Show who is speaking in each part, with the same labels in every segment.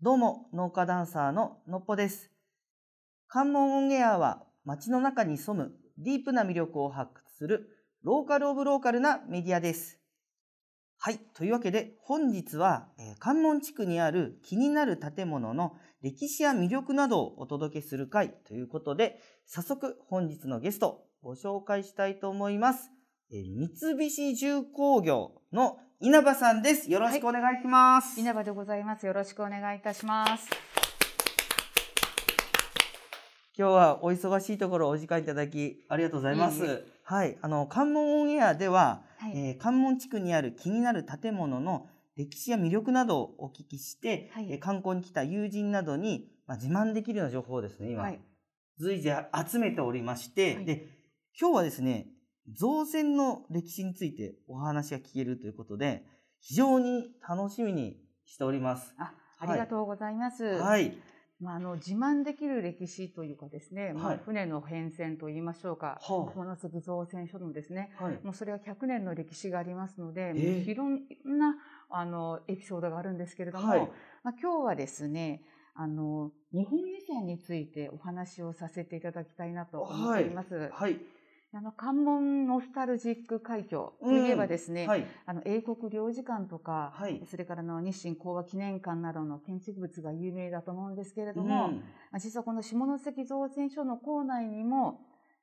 Speaker 1: どうも、農家ダンサーののっぽです。関門オンエアは街の中に潜むディープな魅力を発掘するローカルオブローカルなメディアです。はい。というわけで本日は、えー関門地区にある気になる建物の歴史や魅力などをお届けする会ということで、早速本日のゲストご紹介したいと思います。えー三菱重工業の稲葉さんです。よろしくお願いします。
Speaker 2: 稲葉でございます。よろしくお願いいたします。
Speaker 1: 今日はお忙しいところお時間いただきありがとうございます。
Speaker 2: いえい
Speaker 1: はい、あの関門オンエアでは、
Speaker 2: はい、
Speaker 1: えー関門地区にある気になる建物の歴史や魅力などをお聞きして、
Speaker 2: はい
Speaker 1: えー観光に来た友人などに、まあ、自慢できるような情報をですね、今、
Speaker 2: はい、
Speaker 1: 随時集めておりまして、
Speaker 2: はい
Speaker 1: で、今日はですね、造船の歴史についてお話が聞けるということで、非常に楽しみにしております。
Speaker 2: あ、ありがとうございます。
Speaker 1: はい、
Speaker 2: まあ、あの、自慢できる歴史というかですね、ま
Speaker 1: は
Speaker 2: あ
Speaker 1: い、
Speaker 2: 船の変遷と言いましょう
Speaker 1: は
Speaker 2: か。この石造船所のですね、
Speaker 1: あ、はい、
Speaker 2: もうそれは100年の歴史がありますの
Speaker 1: え
Speaker 2: で、
Speaker 1: え
Speaker 2: もういろんな、あの、エピソードがあるんですけれども、
Speaker 1: はい
Speaker 2: まあ、今日はですね、あの、日本遺産についてお話をさせていただきたいなと思っています。
Speaker 1: はい、
Speaker 2: あの、関門ノスタルジック海峡といえばですね、
Speaker 1: はい、
Speaker 2: あの英国領事館とか、
Speaker 1: はい
Speaker 2: それからあの日清講和記念館などの建築物が有名だと思うんですけれど
Speaker 1: うん
Speaker 2: も、まあ実はこの下関造船所の構内にも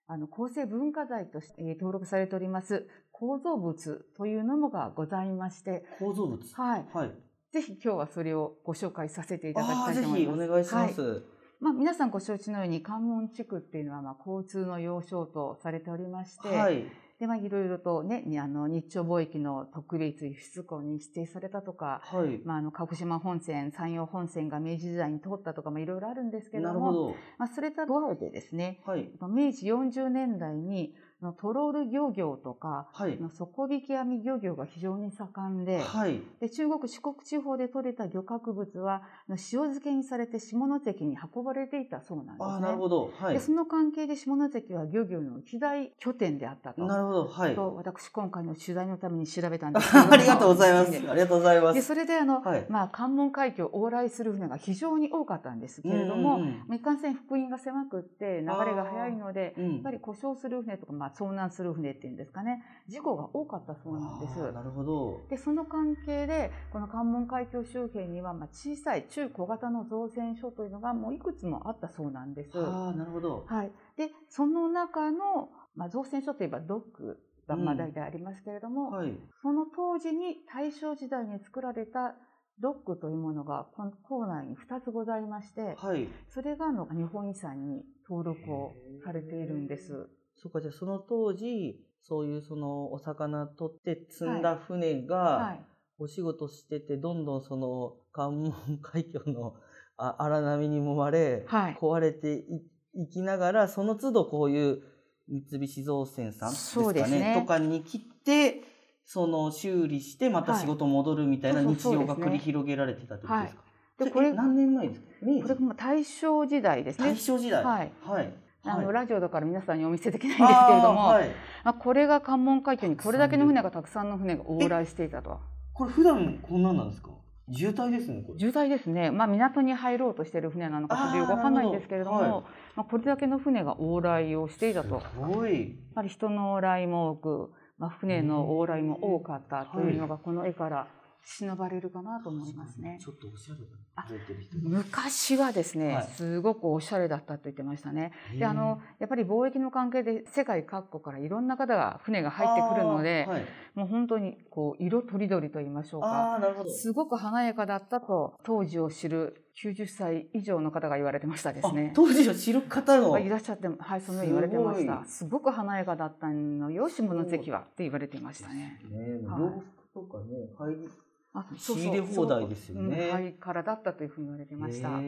Speaker 2: あの構成文化財として、えー登録されております構造物というのもがございまして、
Speaker 1: 構造物。
Speaker 2: はい、
Speaker 1: はい。
Speaker 2: ぜひ今日はそれをご紹介させていただき
Speaker 1: ああ
Speaker 2: たい
Speaker 1: ー、
Speaker 2: と
Speaker 1: ぜ
Speaker 2: 思い
Speaker 1: ひ
Speaker 2: ま
Speaker 1: お
Speaker 2: す。
Speaker 1: 願いします。
Speaker 2: まあ、皆さんご承知のように関門地区っていうのはまあ交通の要衝とされておりまして、
Speaker 1: はい。
Speaker 2: で、まあ、いろいろとね、にあの、日朝貿易の特立輸出港に指定されたとか、
Speaker 1: はい。
Speaker 2: まあ、あの、鹿児島本線、山陽本線が明治時代に通ったとか、まあ、いろいろあるんですけれ
Speaker 1: なる
Speaker 2: ど
Speaker 1: ほ
Speaker 2: も、
Speaker 1: ど。
Speaker 2: まあ、それと合わせてですね、
Speaker 1: はい。
Speaker 2: 明治40年代に、あのトロール漁業とか、
Speaker 1: はい
Speaker 2: あ。の底引き網漁業が非常に盛んで、
Speaker 1: はい。
Speaker 2: で中国四国地方で取れた漁獲物は、あの塩漬けにされて下関に運ばれていたそうなんですね。
Speaker 1: ああ、なるほど。はい
Speaker 2: で。その関係で下関は漁業の一大拠点であったと。
Speaker 1: なるほど。はい。
Speaker 2: と私今回の取材のために調べたんですけれども
Speaker 1: ありがとうございます。ありがとうございま。
Speaker 2: ですそれであの、
Speaker 1: はい
Speaker 2: まあ、関門海峡を往来する船が非常に多かったんですけれど
Speaker 1: う
Speaker 2: も、
Speaker 1: ん
Speaker 2: 未完成福音が狭くって流れが速いので
Speaker 1: うんうん、
Speaker 2: やっぱり故障する船とか、まあ、遭難する船っていうんですかね事故が多かったそうなんで
Speaker 1: あーな
Speaker 2: す。
Speaker 1: るほど。
Speaker 2: でその関係でこの関門海峡周辺には、まあ、小さい中小型の造船所というのがもういくつもあったそうなんです。
Speaker 1: ああ、なるほど。
Speaker 2: はい、でその中の、まあ、造船所といえばドックが
Speaker 1: う
Speaker 2: まあ
Speaker 1: ん
Speaker 2: 大体ありますけれども、
Speaker 1: はい。
Speaker 2: その当時に大正時代に作られたドックというものがこの校内に2つございまして
Speaker 1: はい。
Speaker 2: それがあの日本遺産に登録をされているんです。
Speaker 1: そうか、じゃあその当時、そういうそのお魚取って積んだ船が
Speaker 2: い、
Speaker 1: お仕事してて、どんどんその関門海峡のあ荒波に揉まれ、
Speaker 2: はい
Speaker 1: 壊れていいきながらその都度こういう三菱造船さんです
Speaker 2: そ
Speaker 1: か
Speaker 2: うです
Speaker 1: ね
Speaker 2: ね
Speaker 1: とかに来てその修理してまた
Speaker 2: はい
Speaker 1: 仕事戻るみたいな
Speaker 2: そう
Speaker 1: 日
Speaker 2: そう
Speaker 1: 常が
Speaker 2: そうです
Speaker 1: 繰
Speaker 2: ね
Speaker 1: り広げられてたってことですか、
Speaker 2: で
Speaker 1: で
Speaker 2: こ
Speaker 1: これ
Speaker 2: れ
Speaker 1: 何年前ですか明
Speaker 2: こ
Speaker 1: 治
Speaker 2: れがもう大正時代ですね
Speaker 1: 大。正時代
Speaker 2: はい
Speaker 1: はい
Speaker 2: あの
Speaker 1: はい
Speaker 2: ラジオだから皆さんにお見せできないんですけれども、
Speaker 1: あーはい
Speaker 2: まあ、これが関門海峡にこれだけの船がたくさんの船が往来していたと。
Speaker 1: これ普段こんなんなんですか渋滞ですねこれ
Speaker 2: 渋滞ですね、まあ、港に入ろうとしている船なのかちょっとよくわかんないんですけれども
Speaker 1: あーなるほど
Speaker 2: まあ、これだけの船が往来をしていたとやっ
Speaker 1: すごい
Speaker 2: ぱり人の往来も多く、まあ、船の往来も多かったというのがこの絵から忍ばれるかなと思いますね
Speaker 1: ち。ょっとおしゃれだ
Speaker 2: あ
Speaker 1: な覚えてる人
Speaker 2: 昔はですね、
Speaker 1: はい
Speaker 2: すごくおしゃれだったと言ってましたね。で、あの、やっぱり貿易の関係で世界各国からいろんな方が船が入ってくるので
Speaker 1: あー、はい
Speaker 2: もう本当にこう、色とりどりと言いましょうか。
Speaker 1: あーなるほど
Speaker 2: すごく華やかだったと当時を知る90歳以上の方が言われてましたですね
Speaker 1: あ。当時を知る方の
Speaker 2: あいらっしゃってはいそのように言われてましたすごく華やかだったのよ下関はって言われてましたね。
Speaker 1: ね、
Speaker 2: はい
Speaker 1: 洋服とかね、入り
Speaker 2: あ
Speaker 1: 仕入れ放題ですよね
Speaker 2: すごくうんはいからだったというふうに言われてました
Speaker 1: へ。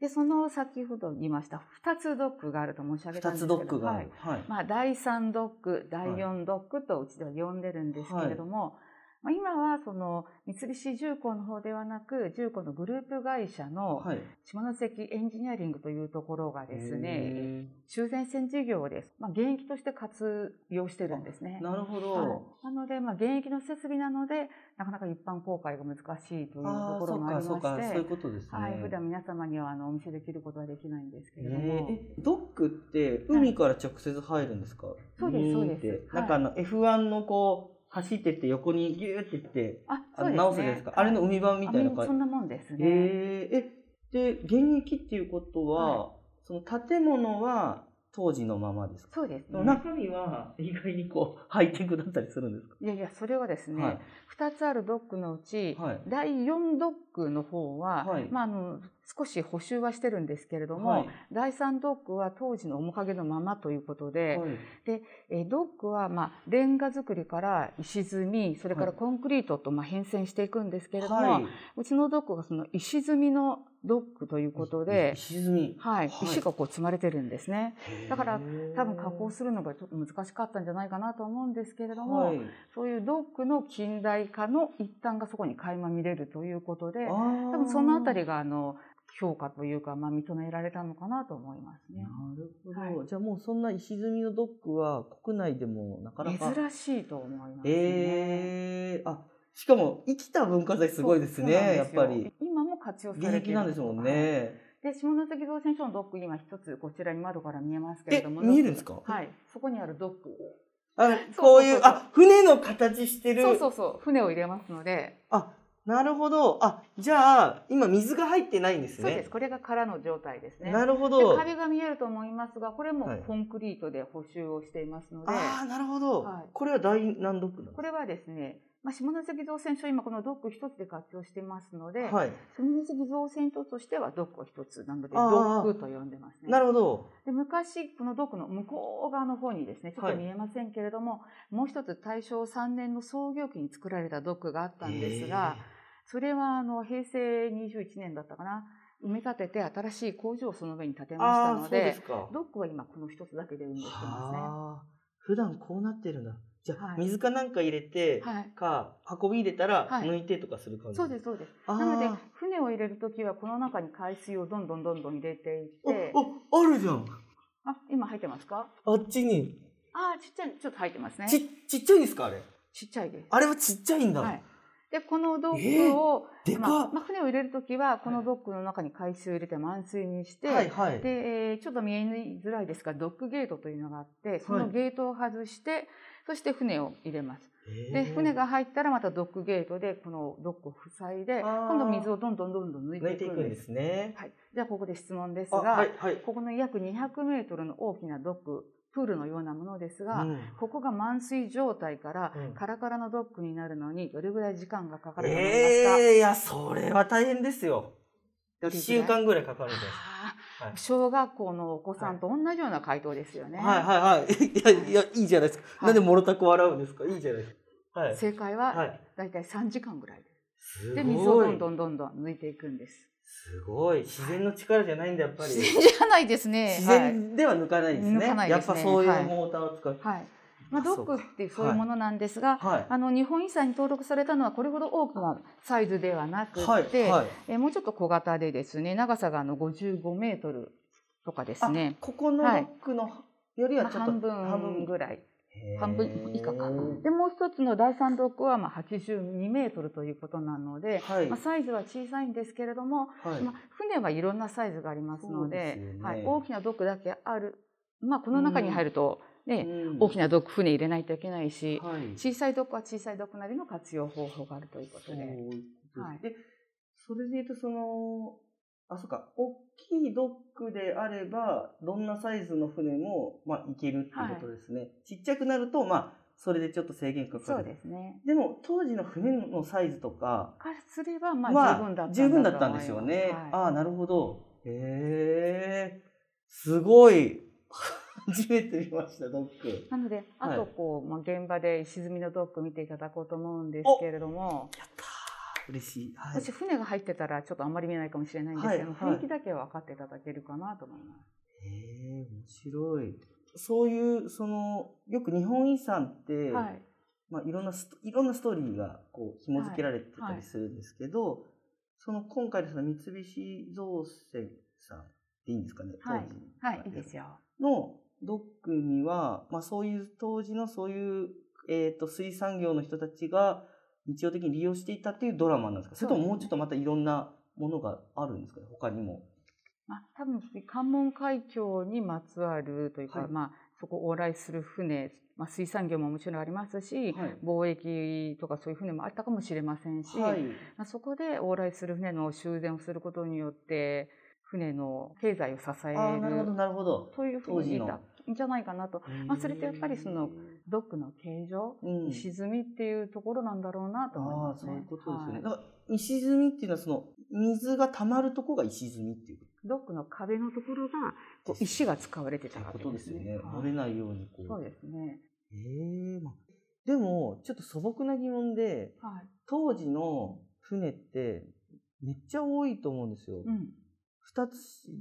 Speaker 2: でその先ほど言いました2つドックがあると申し上
Speaker 1: ー
Speaker 2: げたん
Speaker 1: 二
Speaker 2: です
Speaker 1: つ
Speaker 2: け
Speaker 1: ド
Speaker 2: ど
Speaker 1: ックがあ
Speaker 2: はい
Speaker 1: る。はい。
Speaker 2: まあ、第3ドック第4ドックとうちでは呼んでるんですけれども、まあ、今はその三菱重工の方ではなく重工のグループ会社の
Speaker 1: はい。
Speaker 2: 下関エンジニアリングというところがですね
Speaker 1: へ
Speaker 2: 修繕船事業です、まあ、現役として活用してるんですね
Speaker 1: ー。なるほど。
Speaker 2: はいなので、まあ、現役の設備なのでなかなか一般公開が難しいという
Speaker 1: あ
Speaker 2: と
Speaker 1: あ、
Speaker 2: こ
Speaker 1: そ
Speaker 2: ろ
Speaker 1: う
Speaker 2: もありま
Speaker 1: か、
Speaker 2: して
Speaker 1: そうか、そういうことですね。
Speaker 2: はい、普段皆様にはあのお見せできることはできないんですけれど
Speaker 1: え
Speaker 2: も、
Speaker 1: えドックって海から直接入るんですか、
Speaker 2: そうです
Speaker 1: ビーン
Speaker 2: そうです
Speaker 1: って
Speaker 2: はい
Speaker 1: なんかあの F1 のこう走ってって横にギューってって
Speaker 2: あ
Speaker 1: あ
Speaker 2: そ
Speaker 1: の
Speaker 2: うですね
Speaker 1: 直すじゃないですか、あれの海版みたいな
Speaker 2: あそ
Speaker 1: 感
Speaker 2: んなもんです
Speaker 1: じ、
Speaker 2: ね。
Speaker 1: えええで現役っていうことは、その建物は当時のままですか、
Speaker 2: そうです
Speaker 1: でも
Speaker 2: ね。
Speaker 1: 中身は意外にこうハイテクだったりするんですか、
Speaker 2: いやいや、それはですね、
Speaker 1: はい
Speaker 2: 2つあるドックのうち、
Speaker 1: はい
Speaker 2: 第4ドックの方は、
Speaker 1: はい
Speaker 2: まあ、あの少し補修はしてるんですけれども、
Speaker 1: はい
Speaker 2: 第3ドックは当時の面影のままということで、
Speaker 1: はい
Speaker 2: えードックは、まあ、レンガ造りから石積みそれから
Speaker 1: はい
Speaker 2: コンクリートと、まあ、変遷していくんですけれども、
Speaker 1: はいう
Speaker 2: ちのドックがその石積みのドックということで、
Speaker 1: 石積み
Speaker 2: はい
Speaker 1: はい
Speaker 2: 石がこう積まれてるんですね。だから多分加工
Speaker 1: る
Speaker 2: するのがちょっと難しかったんじゃないかなと思うんですけれども、
Speaker 1: はい、
Speaker 2: そういうドックの近代化の一端がそこに垣間見れるということで、多
Speaker 1: 多
Speaker 2: 分そのあた
Speaker 1: り
Speaker 2: りがあの評価というか、まあ、認められたのかなと思いますね
Speaker 1: な。るほど、
Speaker 2: は
Speaker 1: じゃあもうそんな石積みのドックは国内でもなかなか
Speaker 2: 珍しいと思いますね。
Speaker 1: えー、あしかも生きた文化財すごいですね
Speaker 2: そうなん
Speaker 1: や
Speaker 2: よ
Speaker 1: っぱり
Speaker 2: 今も活用されて
Speaker 1: 現
Speaker 2: いる
Speaker 1: 役なんですもん
Speaker 2: はい
Speaker 1: ね、
Speaker 2: で下関造船所のドック今一つこちらに窓から見えますけれ
Speaker 1: え
Speaker 2: ども
Speaker 1: 見えるん
Speaker 2: ド
Speaker 1: ですか
Speaker 2: ックはいそこにあるドック
Speaker 1: あ
Speaker 2: そうそう
Speaker 1: こういう
Speaker 2: そう
Speaker 1: あ船の形してる
Speaker 2: そうそうそう船を入れますので
Speaker 1: あなるほどあじゃあ今水が入ってないんですね
Speaker 2: そうですこれが空の状態ですね
Speaker 1: なるほ
Speaker 2: で
Speaker 1: ど
Speaker 2: 壁が見えると思いますがこれ
Speaker 1: はい
Speaker 2: もコンクリートで補修をしていますので、
Speaker 1: ああなるほど、
Speaker 2: はい
Speaker 1: これは大何ドックなんです
Speaker 2: これはですね、まあ、下関造船所今このドック一つで活用してますので、
Speaker 1: はい、
Speaker 2: 下関造船所としてはドックを一つなので
Speaker 1: あー
Speaker 2: ドックと呼んでますね
Speaker 1: なるほど
Speaker 2: で昔このドックの向こう側の方にですねちょっ
Speaker 1: はい
Speaker 2: と見えませんけれども、もう一つ大正3年の創業期に作られたドックがあったんですが、それはあの平成21年だったかな埋め立てて新しい工場をその上に建て
Speaker 1: えー
Speaker 2: ました
Speaker 1: あーそ
Speaker 2: の
Speaker 1: う
Speaker 2: で
Speaker 1: ですか
Speaker 2: ドックは今この一つだけで運用してま
Speaker 1: はあ普段こうなってるんだじゃあ、
Speaker 2: はい
Speaker 1: 水かなんか入れて、
Speaker 2: すね。はい
Speaker 1: か運び入れたら
Speaker 2: はい
Speaker 1: 抜いてとかする感じ、
Speaker 2: そうですそうです
Speaker 1: あー
Speaker 2: なので船を入れる時はこの中に海水をどんどんどんどん入れていって
Speaker 1: あああるじゃん
Speaker 2: あ今入ってますか
Speaker 1: あっちに
Speaker 2: あーちっちゃいちょっと入ってますね
Speaker 1: ちっちっちゃいんですかあれ
Speaker 2: ちっちゃいです
Speaker 1: あれはちっちゃいんだ、
Speaker 2: はい、でこのド
Speaker 1: え
Speaker 2: ッ
Speaker 1: ー
Speaker 2: クを、
Speaker 1: でかっ、
Speaker 2: まあまあ、船を入れる時はこのドックの中に海水を入れて満水にして、
Speaker 1: はいはい
Speaker 2: でえーちょっと見えづらいですがドックゲートというのがあってそのゲートを外して、そして船を入れますで船
Speaker 1: が
Speaker 2: が入ったらまたドックゲートでこのドックを塞いで
Speaker 1: あー
Speaker 2: 今度水をどんどんどんどん抜
Speaker 1: 抜い
Speaker 2: い
Speaker 1: て
Speaker 2: て
Speaker 1: い
Speaker 2: い
Speaker 1: く
Speaker 2: く
Speaker 1: ん
Speaker 2: ん
Speaker 1: で
Speaker 2: ですす
Speaker 1: ね
Speaker 2: はい、じゃあここで質問です
Speaker 1: あ
Speaker 2: が、
Speaker 1: はいはい
Speaker 2: ここの約200メートルの大きなドックプールのようなものですが、
Speaker 1: うん
Speaker 2: ここが満水状態から
Speaker 1: うん
Speaker 2: カラカラのドックになるのにどれぐらい時間がかかると思いますか、
Speaker 1: ええいやそれは大変ですよ
Speaker 2: どれぐらい
Speaker 1: 一週間ぐらいかかるんです
Speaker 2: あー
Speaker 1: はい
Speaker 2: 小学校のお子さんと同じような回答ですよね。
Speaker 1: はいはいはいいやいやいいじゃないですか、
Speaker 2: はい
Speaker 1: なんでもろたく笑うんですかいいじゃないですかはい
Speaker 2: 正解
Speaker 1: は
Speaker 2: はいだいたい3時間ぐらいですで水を
Speaker 1: ご
Speaker 2: ど
Speaker 1: い
Speaker 2: んどんどんどん抜いていくんです。
Speaker 1: すごい自然の力じゃないんだやっぱり
Speaker 2: 自然じゃないですね。
Speaker 1: 自
Speaker 2: はい
Speaker 1: 然では抜かないですね,、
Speaker 2: 抜かない
Speaker 1: や
Speaker 2: で
Speaker 1: っ
Speaker 2: すね
Speaker 1: ぱそうい
Speaker 2: は
Speaker 1: う
Speaker 2: い
Speaker 1: モーターを使う、
Speaker 2: はい。まあ、
Speaker 1: あ
Speaker 2: ド
Speaker 1: そう
Speaker 2: ッ
Speaker 1: か
Speaker 2: クっていうそういうものなんですが、
Speaker 1: はい
Speaker 2: あの日本遺産に登録されたのはこれほど大きなサイズではなくて、
Speaker 1: はいはい
Speaker 2: えーもうちょっと小型でですね長さがあの55メートルとかですね
Speaker 1: あここのロ
Speaker 2: はい
Speaker 1: ックのよりは
Speaker 2: まあ
Speaker 1: ちょっと
Speaker 2: 半分ぐ
Speaker 1: らい
Speaker 2: らい半分以下かでもう一つの第3ドックはまあ82メートルということなので、
Speaker 1: はい
Speaker 2: まあ、サイズは小さいんですけれども、
Speaker 1: はい
Speaker 2: まあ、船はいろんなサイズがありますので
Speaker 1: そうですよね
Speaker 2: はい、大きなドックだけある、まあ、この中に入ると、ね
Speaker 1: うん
Speaker 2: 大きなドック船入れないといけないし、
Speaker 1: はい
Speaker 2: 小さいドックは小さいドックなりの活用方法があるということ
Speaker 1: そう
Speaker 2: で。
Speaker 1: いうこと
Speaker 2: はい
Speaker 1: でそれで言うとそのあそうか大きいドックであればどんなサイズの船もまあ行けるっていうことですね、ちっちゃくなるとまあそれでちょっと制限かかる
Speaker 2: そうですね。
Speaker 1: でも当時の船のサイズとか
Speaker 2: からすればま
Speaker 1: ま
Speaker 2: あ
Speaker 1: あ
Speaker 2: 十分だったん
Speaker 1: 十分だったん
Speaker 2: だと思います、
Speaker 1: でしょうね。
Speaker 2: は
Speaker 1: ああ、なるほど。へえ、すごい。 初めて見ました、ドック
Speaker 2: い。。なのであとこう、まあ現場で石積みのドック見ていただこうと思うんですけれども、
Speaker 1: やったー。嬉しい。はい
Speaker 2: もし。船が入ってたらちょっとあんまり見えないかもしれないんですけ
Speaker 1: は
Speaker 2: ど、
Speaker 1: いはい
Speaker 2: 雰囲気だけは分かっていただけるかなと思います。
Speaker 1: へえ、面白い。そういう、その、よく日本遺産って、
Speaker 2: はい。
Speaker 1: まあ、いろんなストいろんなストーリーがこう紐付けられてた
Speaker 2: はいは
Speaker 1: り
Speaker 2: い
Speaker 1: するんですけど、その今回のその三菱造船さんでいいんですかね、
Speaker 2: はい
Speaker 1: 当時
Speaker 2: はい、いいですよ。
Speaker 1: のドックには、まあ、そういう当時のそういう、えー、と水産業の人たちが日常的に利用していたっていうドラマなんですかそれとももうちょっとまたいろんなものがあるんですかね他にも。
Speaker 2: まあ、多分、関門海峡にまつわるというか、
Speaker 1: はい
Speaker 2: まあ、そこを往来する船、まあ、水産業ももちろんありますし、
Speaker 1: はい
Speaker 2: 貿易とかそういう船もあったかもしれませんし、
Speaker 1: はい
Speaker 2: まあ、そこで往来する船の修繕をすることによって、船の経済を支え
Speaker 1: ああなるほど
Speaker 2: る
Speaker 1: なるほど。
Speaker 2: というふうに見
Speaker 1: 当時
Speaker 2: たんじゃないかなと。まあそれってやっぱりそのドックの形状、
Speaker 1: うん、
Speaker 2: 沈みっていうところなんだろうなと思い
Speaker 1: ああ
Speaker 2: ます
Speaker 1: そう
Speaker 2: ね。
Speaker 1: いうことですよね。
Speaker 2: はい
Speaker 1: だから石積みっていうのはその水が溜まるとこが石積みっていう
Speaker 2: ドックの壁のところがこう石が使われてたわ
Speaker 1: こ
Speaker 2: け
Speaker 1: と
Speaker 2: で
Speaker 1: ですすよね。
Speaker 2: ね。
Speaker 1: 漏れ
Speaker 2: はい
Speaker 1: ないようにこう。
Speaker 2: そうですね。
Speaker 1: ええまあでもちょっと素朴な疑問で
Speaker 2: はい。
Speaker 1: 当時の船ってめっちゃ多いと思うんですよ。
Speaker 2: うん。
Speaker 1: 二、つ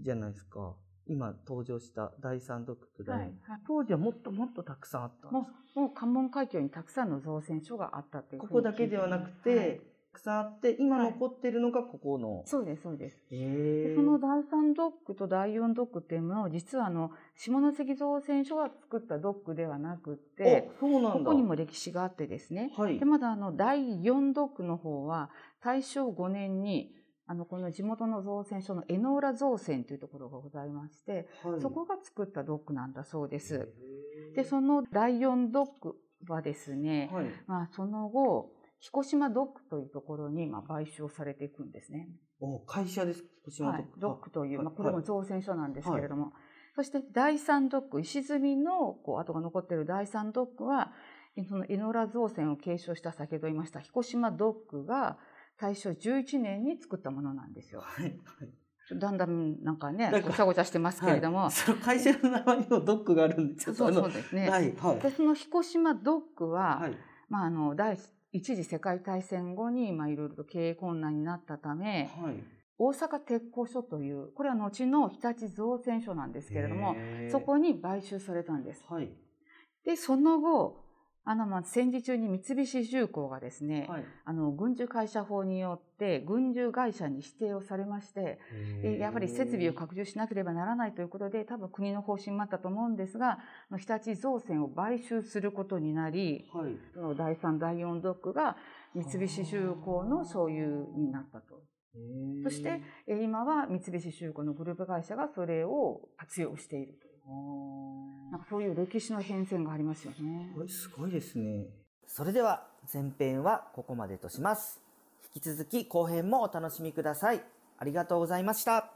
Speaker 1: じゃないですか。今登場した第三ドックと第
Speaker 2: は
Speaker 1: 二
Speaker 2: い。はい
Speaker 1: 当時はもっともっとたくさんあったんです
Speaker 2: もう、もう関門海峡にたくさんの造船所があったっていうふう
Speaker 1: こ
Speaker 2: に
Speaker 1: こだけではなくて、
Speaker 2: はい
Speaker 1: たくさんあって今残ってるのがここの。
Speaker 2: そうです、そうです。
Speaker 1: え
Speaker 2: で
Speaker 1: え
Speaker 2: その第3ドックと第4ドックっていうのを実はあの下関造船所が作ったドックではなくて
Speaker 1: おそうなんだ。
Speaker 2: ここにも歴史があってですね
Speaker 1: はい
Speaker 2: で。まだあの第4ドックの方は大正5年にあのこの地元の造船所の江ノ浦造船というところがございまして
Speaker 1: はい
Speaker 2: そこが作ったドックなんだそうで。。
Speaker 1: です
Speaker 2: でその第4ドックはですね、
Speaker 1: はい。
Speaker 2: まあ、その後彦島ドックというところにまあ買収されていくんですね。
Speaker 1: お会社です。こちら
Speaker 2: はい、ドックという、
Speaker 1: はい
Speaker 2: まあ、これも造船所なんですけれども、そして第三ドック石積みのこう跡が残っている第三ドックはえその井ノ浦造船を継承した先ほど言いました彦島ドックが大正11年に作ったものなんですよ。
Speaker 1: はい。はい
Speaker 2: だんだんなんかね
Speaker 1: なんか
Speaker 2: ごちゃごちゃしてますけれども、
Speaker 1: はいその会社の名前にもドックがあるんで、ち
Speaker 2: そ
Speaker 1: ょ
Speaker 2: う
Speaker 1: っとあの、
Speaker 2: そうですね。
Speaker 1: はい、はい。
Speaker 2: でその彦島ドックは、
Speaker 1: はい。
Speaker 2: まあ、あの第一次世界大戦後に、まあ、いろいろと経営困難になったため、
Speaker 1: はい。
Speaker 2: 大阪鉄工所というこれは後の日立造船所なんですけれども
Speaker 1: へー
Speaker 2: そこに買収されたんです。
Speaker 1: はい。
Speaker 2: でその後あのまあ戦時中に三菱重工がですね、
Speaker 1: はい。
Speaker 2: あの軍需会社法によって軍需会社に指定をされましてでやはり設備を拡充しなければならないということで多分国の方針もあったと思うんですがあの日立造船を買収することになり
Speaker 1: はい。
Speaker 2: その第3第4ドックが三菱重工の所有になったと。
Speaker 1: へー
Speaker 2: そして、えー今は三菱重工のグループ会社がそれを活用しているという
Speaker 1: あー
Speaker 2: なんかそういう歴史の変遷がありますよね。
Speaker 1: これすごいですね。
Speaker 3: それでは前編はここまでとします。引き続き後編もお楽しみください。ありがとうございました。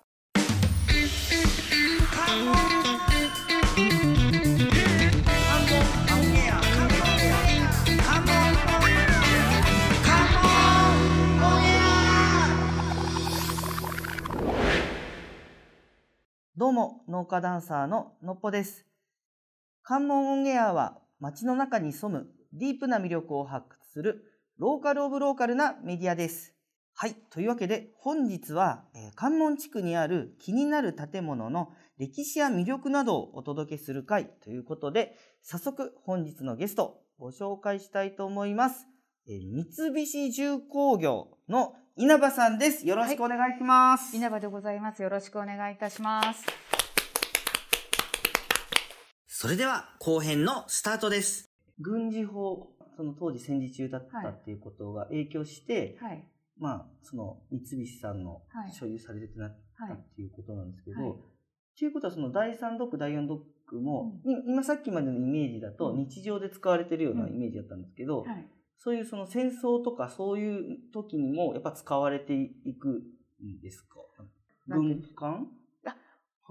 Speaker 1: どうも、農家ダンサーののっぽです。関門オンエアは街の中に潜むディープな魅力を発掘するローカルオブローカルなメディアです。はい。というわけで本日は、えー関門地区にある気になる建物の歴史や魅力などをお届けする会ということで、早速本日のゲストご紹介したいと思います。えー三菱重工業の稲葉さんです。よろしくお願いします。
Speaker 2: 稲葉でございます。よろしくお願いいたします。
Speaker 3: それでは後編のスタートです。
Speaker 1: 軍事法、その当時戦時中だった
Speaker 2: はい
Speaker 1: っていうことが影響して、
Speaker 2: はい。
Speaker 1: まあ、その三菱さんの
Speaker 2: はい
Speaker 1: 所有されてなった
Speaker 2: はい
Speaker 1: っていうことなんですけど、
Speaker 2: はい
Speaker 1: っていうことはその第3ドック、第4ドックも、い今さっきまでのイメージだと
Speaker 2: うん
Speaker 1: 日常で使われてるような
Speaker 2: うん
Speaker 1: イメージだったんですけど、
Speaker 2: はい。
Speaker 1: そういうその戦争とかそういう時にもやっぱ使われていくんですか
Speaker 2: なんて
Speaker 1: 軍艦
Speaker 2: あ、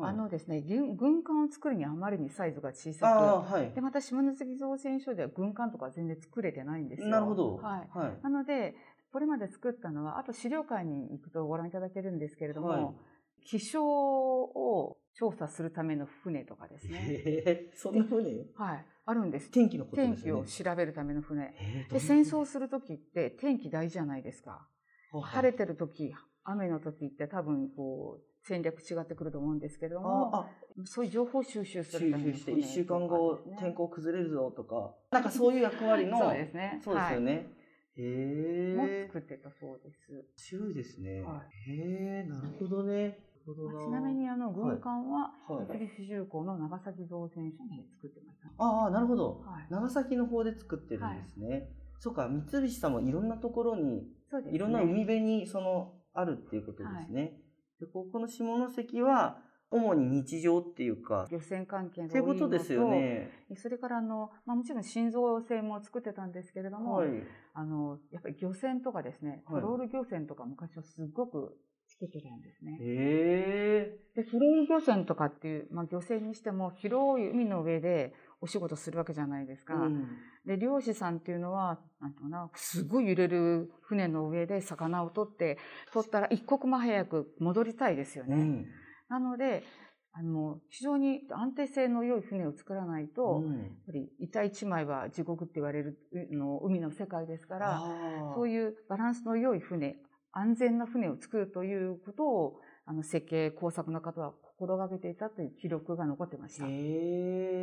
Speaker 1: はい
Speaker 2: あのですね、軍軍艦を作るにあまりにサイズが小
Speaker 1: ああ、
Speaker 2: さ
Speaker 1: はい
Speaker 2: く、で、。また下関造船所では軍艦とか全然作れてないんですよ。
Speaker 1: なるほど。
Speaker 2: はい。
Speaker 1: はい。
Speaker 2: なので、これまで作ったのは、あと資料館に行くとご覧いただけるんですけれども、
Speaker 1: はい
Speaker 2: 気象を調査するための船とかですね。
Speaker 1: へえそんな風に
Speaker 2: はい。あるんです。
Speaker 1: 天気のこと
Speaker 2: 天
Speaker 1: です
Speaker 2: 気
Speaker 1: よね
Speaker 2: を。調べるための船。
Speaker 1: えー
Speaker 2: で、戦争、するときって天気大事じゃないですか。晴れ
Speaker 1: て
Speaker 2: てるとき、雨のときって多分こう、戦略違ってくると思うんですけども、
Speaker 1: あ、
Speaker 2: そういう情報収集する
Speaker 1: 収
Speaker 2: ため
Speaker 1: 集
Speaker 2: の
Speaker 1: して、
Speaker 2: 船
Speaker 1: 1週間後
Speaker 2: とかですね
Speaker 1: 天候崩れるぞとか、なんかそういう役割の、
Speaker 2: そうですね。
Speaker 1: そうですよね。へ
Speaker 2: はい。も
Speaker 1: え。
Speaker 2: 作ってたそうです。
Speaker 1: 強いですね。
Speaker 2: は
Speaker 1: へえ、なるほどね。なるほど
Speaker 2: ちなみ、にあの軍艦は
Speaker 1: はい
Speaker 2: 三菱重工の長崎造船所に作ってました。
Speaker 1: ああ、なるほど。
Speaker 2: はい。
Speaker 1: 長崎の方で作ってるんですね。そうか、三菱さんもいろんなところに、
Speaker 2: そうです、ね。
Speaker 1: いろんな海辺に、その、あるっていうことですね。で、ここの下関は、主に日常っていうか、
Speaker 2: 漁船関係が
Speaker 1: っ
Speaker 2: 多
Speaker 1: て
Speaker 2: い
Speaker 1: い
Speaker 2: の
Speaker 1: う
Speaker 2: と
Speaker 1: ことですよね。
Speaker 2: それからあの、まあ、もちろん心臓船も作ってたんですけれども、
Speaker 1: はい。
Speaker 2: あのやっぱり漁船とかですね、
Speaker 1: はい
Speaker 2: トロール漁船とか昔はすごく作ってたんですね。
Speaker 1: へえ。
Speaker 2: で、フロール漁船とかっていう、まあ、漁船にしても広い海の上でお仕事するわけじゃないですか。
Speaker 1: うん
Speaker 2: で、漁師さんっていうのは、なんていうのかな、すごい揺れる船の上で魚を取って、取ったら一刻も早く戻りたいですよ
Speaker 1: う
Speaker 2: ね。
Speaker 1: ん。
Speaker 2: なので、あの、非常に安定性の良い船を作らないと、やっ
Speaker 1: うん
Speaker 2: ぱり板一枚は地獄って言われるうの海の世界ですから、
Speaker 1: ああ
Speaker 2: そういうバランスの良い船、安全な船を作るということを、あの、設計工作の方は心がけていたという記録が残ってました。
Speaker 1: へ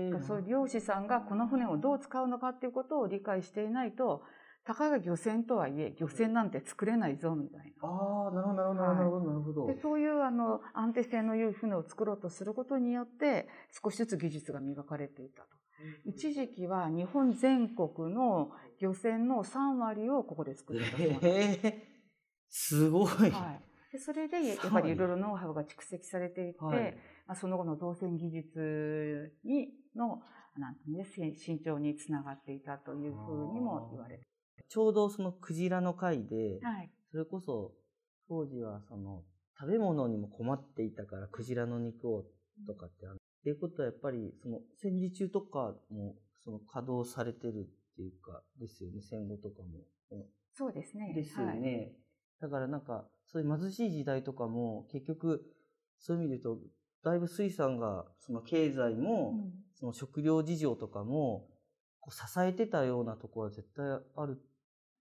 Speaker 1: え。
Speaker 2: そういう漁師さんがこの船をどう使うのかっていうことを理解していないと、たかが漁船とはいえ、漁船なんて作れないぞ、みたいな。
Speaker 1: ああ、なるほど、なるほど、なるほど、なるほど。
Speaker 2: でそういうあの安定性の良い船を作ろうとすることによって少しずつ技術が磨かれていたと。一時期は日本全国の漁船の3割をここで作ってたそうなんです。
Speaker 1: へえ。すごい。
Speaker 2: はい、でそれでやっぱりいろいろノウハウが蓄積されていって、
Speaker 1: はい
Speaker 2: まあ、その後の造船技術にのなんていうんですかね慎重につながっていたというふうにも言われて、
Speaker 1: ちょうどそのクジラの回で、
Speaker 2: はい
Speaker 1: それこそ当時はその食べ物にも困っていたからクジラの肉をとかってある。っていうことはやっぱりその戦時中とかもその稼働されてるっていうかですよね、戦後とかも。
Speaker 2: そうですね。
Speaker 1: ですよ
Speaker 2: はい
Speaker 1: ね。だからなんかそういう貧しい時代とかも結局そういう意味で言うとだいぶ水産がその経済も、
Speaker 2: うん
Speaker 1: その食料事情とかもこう支えてたようなところは絶対ある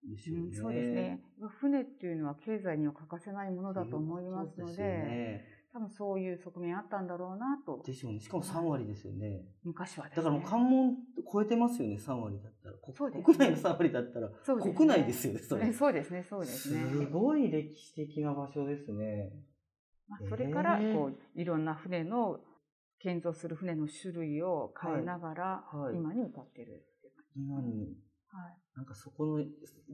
Speaker 1: んでしょうね。
Speaker 2: うんそうですね。船っていうのは経済には欠かせないものだと思いますので、
Speaker 1: そうすよね
Speaker 2: 多分そういう側面あったんだろうなと、
Speaker 1: でしょうね。しかも3割ですよね。
Speaker 2: 昔はです
Speaker 1: だ
Speaker 2: ね。
Speaker 1: からもう関門超えてますよね、3割だったら。こ
Speaker 2: そうですね
Speaker 1: 国内の3割だったら、
Speaker 2: そうですね
Speaker 1: 国内ですよね、そ
Speaker 2: え
Speaker 1: れ。
Speaker 2: そうですね、そうですね。
Speaker 1: すごい歴史的な場所ですね。
Speaker 2: まあ、それから
Speaker 1: ええ
Speaker 2: こういろんな船の建造する船の種類を変えながら
Speaker 1: はいはい
Speaker 2: 今に至ってるっていう
Speaker 1: 今
Speaker 2: 感
Speaker 1: に、
Speaker 2: じ、はい
Speaker 1: なんかそこの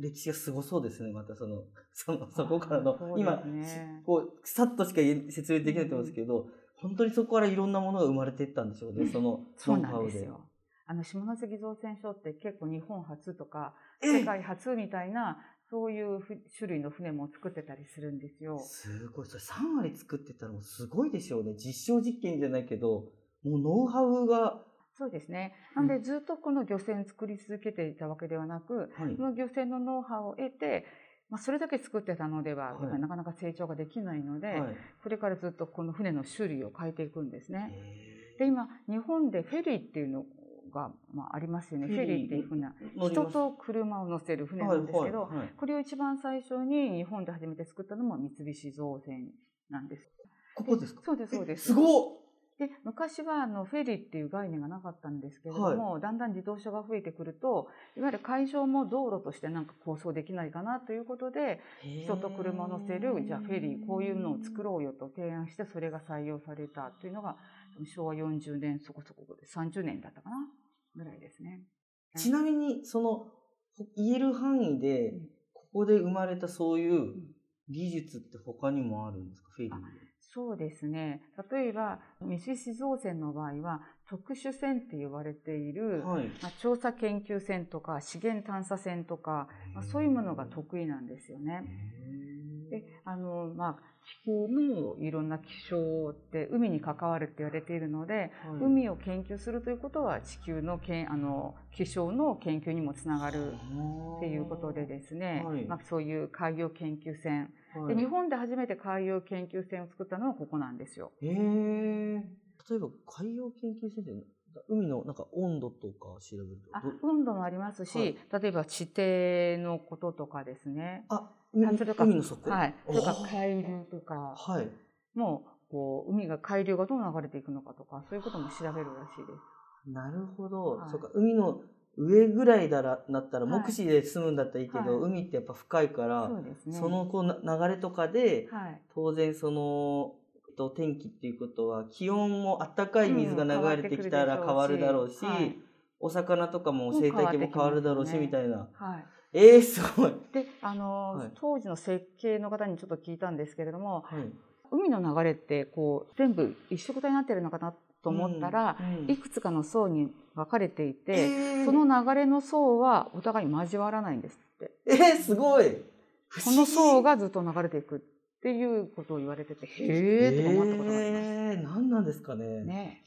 Speaker 1: 歴史がすごそうですね、またその、そのそこからの、
Speaker 2: そうです
Speaker 1: 今、
Speaker 2: ね
Speaker 1: こう、さっとしか言え説明できないと思うんですけど、本当にそこからいろんなものが生まれていったんでしょうね、その、
Speaker 2: そう
Speaker 1: ノウハ
Speaker 2: なん
Speaker 1: ウ
Speaker 2: です。よあの下関造船所って結構日本初とか世
Speaker 1: え
Speaker 2: 界初みたいなそういうふ種類の船も作ってたりするんですよ。
Speaker 1: すごい。それ3割作ってたらもうすごいでしょうね。実証実験じゃないけど、もうノウハウが、
Speaker 2: そうですね。なんでずっとこの漁船作り続けていたわけではなく、
Speaker 1: はい
Speaker 2: この漁船のノウハウを得て、まあ、それだけ作ってたので
Speaker 1: はい
Speaker 2: は、やっぱりなかなか成長ができないので、
Speaker 1: はい。
Speaker 2: これからずっとこの船の種類を変えていくんですね。
Speaker 1: え
Speaker 2: で、今、日本でフェリーっていうのが、まあ、ありますよね。
Speaker 1: フ
Speaker 2: フ
Speaker 1: ェ
Speaker 2: ェ
Speaker 1: リー
Speaker 2: リーっていうふうな、
Speaker 1: ー
Speaker 2: 人と車を乗せる船なんですけど、
Speaker 1: はいはいはい
Speaker 2: これを一番最初に日本で初めて作ったのも三菱造船なんです。
Speaker 1: ここですか
Speaker 2: そうです、そうです。
Speaker 1: えすごっ
Speaker 2: で昔はあのフェリーっていう概念がなかったんですけれども、だんだん自動車が増えてくるといわゆる海上も道路としてなんか構想できないかなということで人と車を乗せるじゃあフェリーこういうのを作ろうよと提案してそれが採用されたっていうのが昭和40年そこそこで30年だったかなぐらいですね。
Speaker 1: うちなみに、その、ほ言える範囲で、ここで生まれたそういう技術って他にもあるんですかフェリーで。
Speaker 2: そうですね例えば三菱造船の場合は特殊船って呼ばれている、
Speaker 1: はい。
Speaker 2: まあ、調査研究船とか資源探査船とかまあ、そういうものが得意なんですよ
Speaker 1: へ
Speaker 2: ね。
Speaker 1: ー
Speaker 2: であのまあ、気候のいろんな気象って海に関わるって言われているので、
Speaker 1: はい
Speaker 2: 海を研究するということは地球のけんあの気象の研究にもつながるっていうことでですね、
Speaker 1: はい
Speaker 2: まあ、そういう海洋研究船、
Speaker 1: はい
Speaker 2: で日本で初めて海洋研究船を作ったのはここなんですよ。
Speaker 1: へえ。例えば海洋研究先生、海のなんか温度とか調べると
Speaker 2: あ
Speaker 1: ど
Speaker 2: 温度もありますし、
Speaker 1: はい
Speaker 2: 例えば地底のこととかですね、
Speaker 1: あ海
Speaker 2: あそれか
Speaker 1: 海の底
Speaker 2: はい、それから
Speaker 1: あー
Speaker 2: 海流とか
Speaker 1: はい。
Speaker 2: もこう、海が、海流がどう流れていくのかとか、そういうことも調べるらしいです。
Speaker 1: なるほど、
Speaker 2: はい
Speaker 1: そうか海の上ぐらいだらなったら
Speaker 2: はい
Speaker 1: 目視で済むんだったらいいけど、
Speaker 2: はい
Speaker 1: 海ってやっぱ深いから、
Speaker 2: そうですね。
Speaker 1: そのこうな流れとかで
Speaker 2: はい。
Speaker 1: 当然その、えっと、天気っていうことは気温もあったかい水が流れてきたら
Speaker 2: うん
Speaker 1: 変わるだろうし、
Speaker 2: はい
Speaker 1: お魚とかも
Speaker 2: もう
Speaker 1: 生態系も変わるだろうし、
Speaker 2: 変わって
Speaker 1: み
Speaker 2: きま
Speaker 1: たいな。
Speaker 2: はい。
Speaker 1: えー、すごい。
Speaker 2: で、あのー、
Speaker 1: はい
Speaker 2: 当時の設計の方にちょっと聞いたんですけれども、
Speaker 1: はい、
Speaker 2: 海の流れって、こう、全部一色体になってるのかなと思ったら、
Speaker 1: うん、うん
Speaker 2: いくつかの層に分かれてい
Speaker 1: え
Speaker 2: て、
Speaker 1: ー
Speaker 2: その流れの層はお互い交わらないんですって。
Speaker 1: えー、すごい。
Speaker 2: この層
Speaker 1: が
Speaker 2: がずっと流れていくっていうことを言われてて、へーとか思ったことがあります。
Speaker 1: えー、何なんですかね。
Speaker 2: ね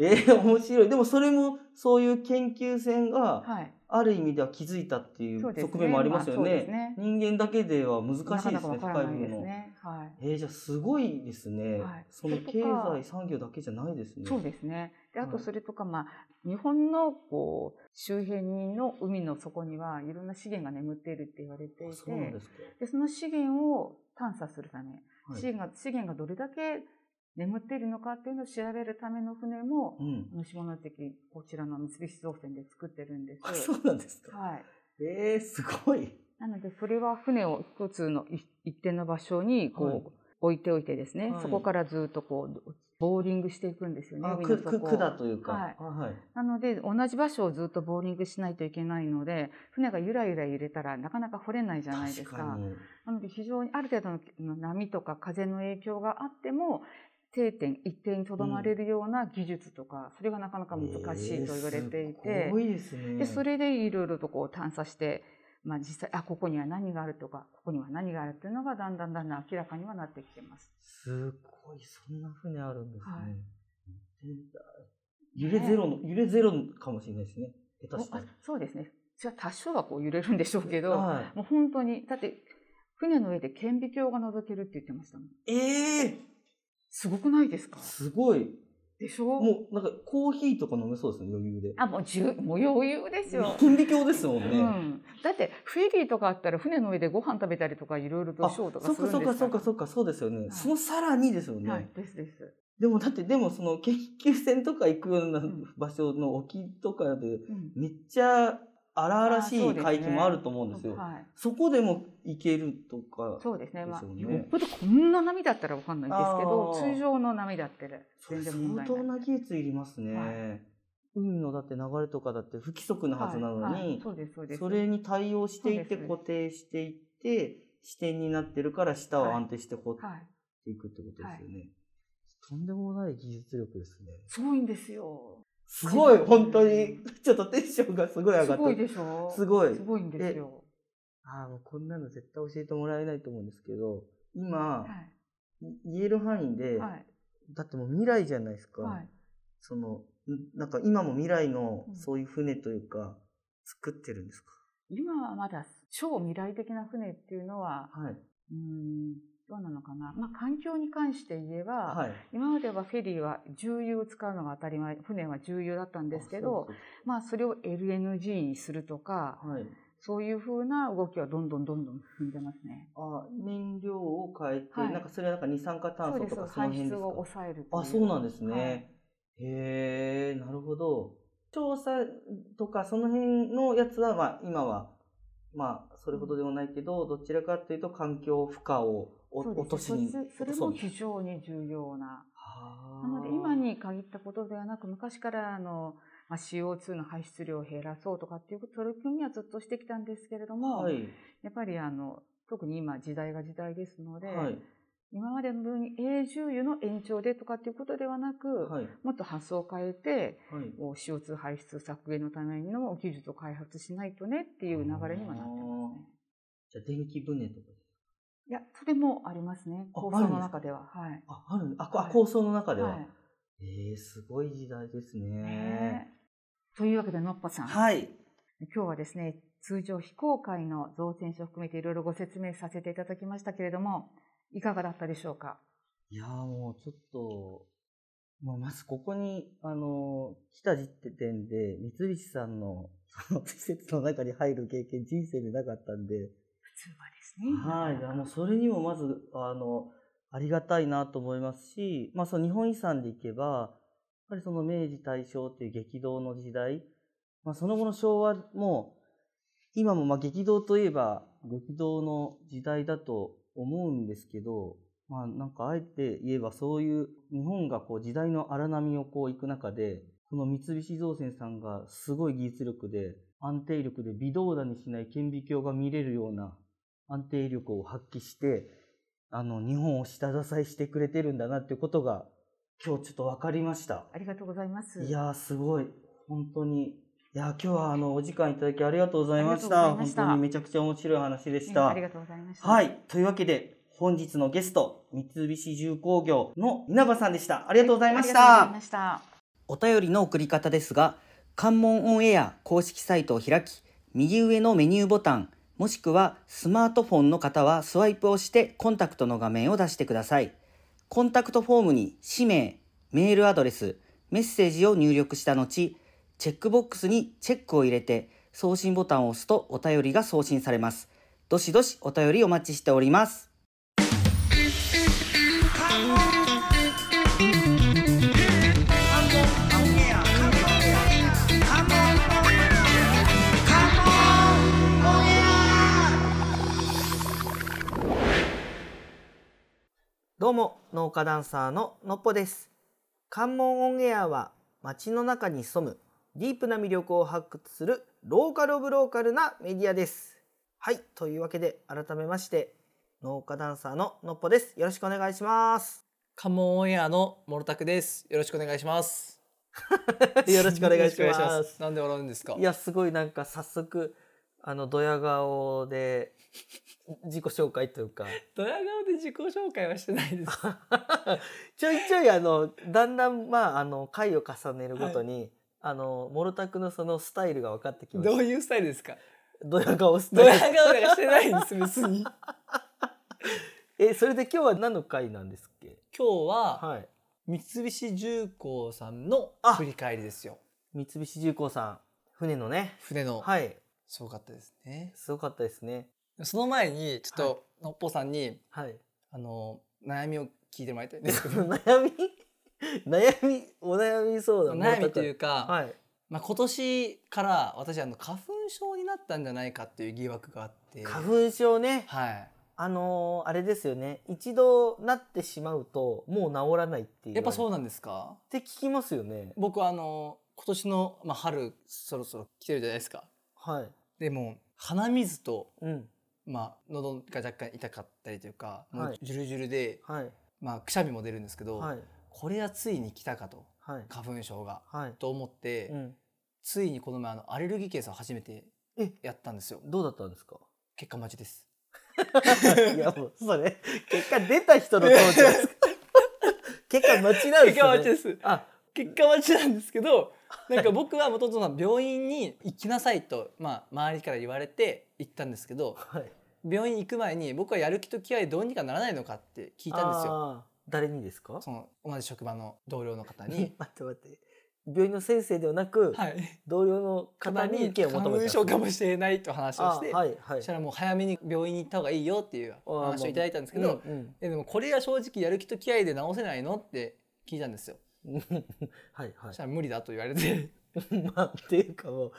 Speaker 1: えー、面白い。でもそれもそういう研究線が
Speaker 2: はい。
Speaker 1: ある意味では気づいたっていう
Speaker 2: そうですね
Speaker 1: 側面もありますよ
Speaker 2: まあそう
Speaker 1: ね。
Speaker 2: ですね
Speaker 1: 人間だけでは難しいで
Speaker 2: な
Speaker 1: す
Speaker 2: か
Speaker 1: ね、
Speaker 2: なかわからな
Speaker 1: 深
Speaker 2: い
Speaker 1: い
Speaker 2: で
Speaker 1: 部分
Speaker 2: す
Speaker 1: の。
Speaker 2: ね。はい。
Speaker 1: えー、じゃあすごいですね。
Speaker 2: はい
Speaker 1: その
Speaker 2: それ
Speaker 1: 経
Speaker 2: とか
Speaker 1: 済産業だけじゃないですね。
Speaker 2: そうですね。であと
Speaker 1: はい
Speaker 2: それとか、まあ、日本のこう周辺の海の底にはいろんな資源が眠っているって言われてい
Speaker 1: あ
Speaker 2: て
Speaker 1: そうなんですか。
Speaker 2: でその資源を探査するため、
Speaker 1: はい
Speaker 2: 資源が資源がどれだけ眠っているのかっていうのを調べるための船も
Speaker 1: うん。
Speaker 2: あの下関こちらの三菱造船で作ってるんです。
Speaker 1: あ、そうなんですか。
Speaker 2: はい
Speaker 1: えー、すごい。
Speaker 2: なので、それは船を一つのい一定の場所にこう、
Speaker 1: はい
Speaker 2: 置いておいてですね、
Speaker 1: はい
Speaker 2: そこからずっとこう、ボーリングしていくんですよね。
Speaker 1: あ、
Speaker 2: 海
Speaker 1: く、
Speaker 2: の
Speaker 1: く、
Speaker 2: 底を
Speaker 1: 管というか。
Speaker 2: はい
Speaker 1: あはい。
Speaker 2: なので、同じ場所をずっとボーリングしないといけないので、船がゆらゆら揺れたらなかなか掘れないじゃないです
Speaker 1: 確
Speaker 2: か。
Speaker 1: かに。
Speaker 2: なので、非常にある程度の波とか風の影響があっても、定点、一定にとどまれるような技術とか、それがなかなか難しいと言われていて。
Speaker 1: えーすごいですね。
Speaker 2: でそれでいろいろとこう探査して、まあ、実際あここには何があるとかここには何があるっていうのがだんだんだんだん明らかにはなってきてます。
Speaker 1: すごい、そんな船あるんですね。
Speaker 2: はい
Speaker 1: 揺れゼロの、揺れゼロかもしれないですね。下手し
Speaker 2: お
Speaker 1: た
Speaker 2: あ
Speaker 1: ら。
Speaker 2: そうですねじゃあ多少はこう揺れるんでしょうけど、
Speaker 1: は
Speaker 2: もう本当にだって船の上で顕微鏡が覗けるって言ってましたもん
Speaker 1: い、ええ
Speaker 2: すごくないですか
Speaker 1: すごい。
Speaker 2: でしょう
Speaker 1: もう、なんか、コーヒーとか飲めそうですね、余裕で。
Speaker 2: あもうじゅもう余裕ですよ。
Speaker 1: 顕微鏡ですもん
Speaker 2: う
Speaker 1: ね。
Speaker 2: ん、だってフェリーとかあったら船の上でご飯食べたりとかいろいろと
Speaker 1: あ
Speaker 2: ショーと
Speaker 1: そ
Speaker 2: か
Speaker 1: っ
Speaker 2: する
Speaker 1: か
Speaker 2: んです
Speaker 1: そっかそっかそ
Speaker 2: っ
Speaker 1: っかそうですよね、
Speaker 2: はい
Speaker 1: そのさらにですよね、
Speaker 2: はいですです、
Speaker 1: でもだってでもその研究船とか行くようなん場所の沖とかで
Speaker 2: うん
Speaker 1: めっちゃ荒々し
Speaker 2: あそう
Speaker 1: い
Speaker 2: ですね
Speaker 1: 海域もあると思うんですよそ
Speaker 2: はい、
Speaker 1: こでも行けるとか
Speaker 2: そうですね。まあ、
Speaker 1: ですよね
Speaker 2: よっぽどこんな波だったらわかんないですけど、
Speaker 1: あー
Speaker 2: 通常の波だって
Speaker 1: それ
Speaker 2: 全然
Speaker 1: 相
Speaker 2: 問題
Speaker 1: 当
Speaker 2: ない。
Speaker 1: な技術いりますね、
Speaker 2: は
Speaker 1: 海のだって流れとかだって不規則なはずなのに、
Speaker 2: はいはいそうです、そうです。
Speaker 1: それに対応していっ
Speaker 2: そ
Speaker 1: て
Speaker 2: うです
Speaker 1: 固定していって支点になってるから下を安定して掘っ
Speaker 2: はい。
Speaker 1: ていくってことですよね、とんでもない技術力ですね
Speaker 2: すごいんですよ。
Speaker 1: すごい本当にちょっとテンションがすごい上がった
Speaker 2: すごいでしょ
Speaker 1: すごい
Speaker 2: すごいんですよ。
Speaker 1: ああもうこんなの絶対教えてもらえないと思うんですけど今
Speaker 2: は、
Speaker 1: い言える範囲で、
Speaker 2: い。はい。
Speaker 1: だってもう未来じゃないですか、
Speaker 2: はい。
Speaker 1: そのんなんか今も未来の
Speaker 2: うん
Speaker 1: そういう船というか作ってるんですか、
Speaker 2: 今はまだ超未来的な船っていうのは、
Speaker 1: はい、
Speaker 2: うーん、どうなのかな。まあ、環境に関して言えば、
Speaker 1: はい、
Speaker 2: 今まではフェリーは重油を使うのが当たり前、船は重油だったんですけ
Speaker 1: あ
Speaker 2: ど、
Speaker 1: そう
Speaker 2: まあそれを LNG にするとか、
Speaker 1: そうはい、
Speaker 2: そういうふうな動きはどんどんどんどん進んでますね。
Speaker 1: あ燃料を変えて、
Speaker 2: はい
Speaker 1: なんかそれはなんか二酸化炭
Speaker 2: そう
Speaker 1: 素
Speaker 2: で
Speaker 1: と
Speaker 2: すそう
Speaker 1: か
Speaker 2: です
Speaker 1: その
Speaker 2: 排
Speaker 1: 辺で
Speaker 2: 出
Speaker 1: す
Speaker 2: を
Speaker 1: か
Speaker 2: 抑える
Speaker 1: あそうなん
Speaker 2: で
Speaker 1: ですね、へえなるほど調査とかその辺のやつは、まあ、今はまあそれほどでもないけど、どちらかというと環境負荷をお
Speaker 2: そう
Speaker 1: 落と
Speaker 2: です
Speaker 1: しに
Speaker 2: それそれ
Speaker 1: 落とそう
Speaker 2: も
Speaker 1: みたい
Speaker 2: 非常に重要な。
Speaker 1: な
Speaker 2: なので今に限ったことではなく昔からあの、まあ、CO2 の排出量を減らそうとかっていう取り組みはずっとしてきたんですけれど
Speaker 1: あー
Speaker 2: も、
Speaker 1: はい
Speaker 2: やっぱりあの特に今時代が時代ですので、
Speaker 1: はい
Speaker 2: 今までのように永住油の延長でとかっていうことではなく、
Speaker 1: はい
Speaker 2: もっと発想を変えて
Speaker 1: はい
Speaker 2: こう CO2 排出削減のための技術を開発しないとねっていう流れにはなってますね。
Speaker 1: じゃあ電気船とか
Speaker 2: いや、それもありますね。
Speaker 1: あ
Speaker 2: 構想の中では。はい。
Speaker 1: ああるあ、こあ
Speaker 2: はい
Speaker 1: 構想の中では、
Speaker 2: は
Speaker 1: えー、すごい時代です
Speaker 2: い。
Speaker 1: ね
Speaker 2: ねえというわけで、のっぽさん。
Speaker 1: はい
Speaker 2: 今日はですね、通常非公開の造船所を含めていろいろご説明させていただきましたけれども、いかがだったでしょうか
Speaker 1: いやーもうちょっと、まあ、まずここに、あのー、来た時点で、三菱さんの、その施設の中に入る経験、人生でなかったんで、
Speaker 2: 普通はですね。
Speaker 1: はい、いやもうそれにもまず、あの、ありがたいなと思いますし、まあ、その日本遺産でいけば、やっぱりその明治大正っていう激動の時代、まあ、その後の昭和も、今もまあ激動といえば激動の時代だと思うんですけど、まあなんかあえて言えばそういう日本がこう時代の荒波をこう行く中で、この三菱造船さんがすごい技術力で安定力で微動だにしない顕微鏡が見れるような安定力を発揮して、あの日本を下支えしてくれてるんだなっていうことが今日ちょっと分かりました。
Speaker 2: ありがとうございます。
Speaker 1: いやーすごい本当にいやー今日はあのお時間いただきありがとうございました
Speaker 2: ありがとうございま
Speaker 1: 本
Speaker 2: した
Speaker 1: 当にめちゃくちゃ面白い話でし
Speaker 2: ええ
Speaker 1: た
Speaker 2: ありがとうございました。
Speaker 1: はいというわけで本日のゲスト三菱重工業の稲葉さんでしたありがとうございまし
Speaker 2: ありがとうござい
Speaker 1: た
Speaker 2: ました。
Speaker 3: お便りの送り方ですが、関門オンエア公式サイトを開き、右上のメニューボタン、もしくはスマートフォンの方はスワイプをしてコンタクトの画面を出してください。コンタクトフォームに氏名、メールアドレス、メッセージを入力した後、チェックボックスにチェックを入れて送信ボタンを押すとお便りが送信されます。どしどしお便りお待ちしております。どうも、農家ダンサーののっぽです。関門オンエアは街の中に潜むディープな魅力を発掘するローカルオブローカルなメディアです。はい、というわけで改めまして、農家ダンサーののっぽです。よろしくお願いします。
Speaker 4: 関門オンエアのモロタクです。よろしくお願いします。
Speaker 3: よろしくお願いし
Speaker 4: よろ
Speaker 3: ま
Speaker 4: くお願いし
Speaker 3: す。
Speaker 4: なんで笑うんですか。
Speaker 3: いや、すごいなんか早速、あの、ドヤ顔で自己紹介というか、
Speaker 4: ドヤ顔で自己紹介はしてないです。
Speaker 3: ちょいちょいあのだんだんまああの回を重ねるごとに、あのモロタクのそのスタイルが分かってきまし
Speaker 4: ど
Speaker 3: た
Speaker 4: ういうスタイルですか。
Speaker 3: ドヤ顔ス
Speaker 4: ド
Speaker 3: タ
Speaker 4: ヤ
Speaker 3: イル
Speaker 4: 顔とかしてないんです別 に。今
Speaker 3: えそれで今日は何の回なんですっけ
Speaker 4: 日は
Speaker 3: はい
Speaker 4: 三菱重工さんの
Speaker 3: あ
Speaker 4: 振り返りですよ。
Speaker 3: 三菱重工さん船のね
Speaker 4: 船の、
Speaker 3: はい
Speaker 4: すごかったですね。
Speaker 3: すごかったですね
Speaker 4: その前にちょっとのっぽさんに
Speaker 3: はい
Speaker 4: あの悩みを聞いてもらいたいんですけ ど。
Speaker 3: 悩み悩みお悩み相談
Speaker 4: 悩みといううか、
Speaker 3: はい
Speaker 4: まあ今年から私あの花粉症になったんじゃないかっていう疑惑があって。
Speaker 3: 花粉症ね
Speaker 4: はい。
Speaker 3: あのーあれですよね一度なってしまうともう治らないっていう
Speaker 4: やっぱそううなんですか
Speaker 3: って聞きますよね
Speaker 4: 僕あの今年の、まあ、春そろそろ来てるじゃないですか
Speaker 3: はい
Speaker 4: でも鼻水と、
Speaker 3: うん
Speaker 4: まあ、喉が若干痛かったりというか、もう
Speaker 3: はい
Speaker 4: ジュルジュルで、
Speaker 3: はい
Speaker 4: まあ、くしゃみも出るんですけど、
Speaker 3: はい
Speaker 4: これはついに来たかと
Speaker 3: はい
Speaker 4: 花粉症が
Speaker 3: はい。
Speaker 4: と思って、
Speaker 3: うん。
Speaker 4: ついにこの前あのアレルギー検査を初めて
Speaker 3: え
Speaker 4: やったんですよ
Speaker 3: どうだったんですか。
Speaker 4: 結果待ちです
Speaker 3: いやもうそれ結果出た人の当時ですか。結果待ちなんですよね。
Speaker 4: す
Speaker 3: あ
Speaker 4: 結果待ちなんですけどなんか僕はもともと病院に行きなさいと、まあ、周りから言われて行ったんですけど
Speaker 3: はい。
Speaker 4: 病院行く前に僕はやる気と気合いどうにかならないのかって聞いたんですよ
Speaker 3: よ。誰にですか。
Speaker 4: その同じ職場の同僚の方
Speaker 3: 待 って
Speaker 4: に
Speaker 3: 待って。病院の先生ではなく、
Speaker 4: はい
Speaker 3: 同僚の方に意見を求
Speaker 4: 花
Speaker 3: め
Speaker 4: 粉
Speaker 3: た
Speaker 4: 症
Speaker 3: んで
Speaker 4: か
Speaker 3: す
Speaker 4: もしれないと話
Speaker 3: か。
Speaker 4: を
Speaker 3: あ
Speaker 4: して、
Speaker 3: はいはい
Speaker 4: そし。たらもう早めに病院に行った方がいいよっていうお話をいただいたんですけど、
Speaker 3: うん
Speaker 4: えでもこれは正直やる気と気合いで治せないのって聞いたんですよ
Speaker 3: うんはいは
Speaker 4: そ
Speaker 3: い
Speaker 4: したら無理だと言われて
Speaker 3: まあっていうかも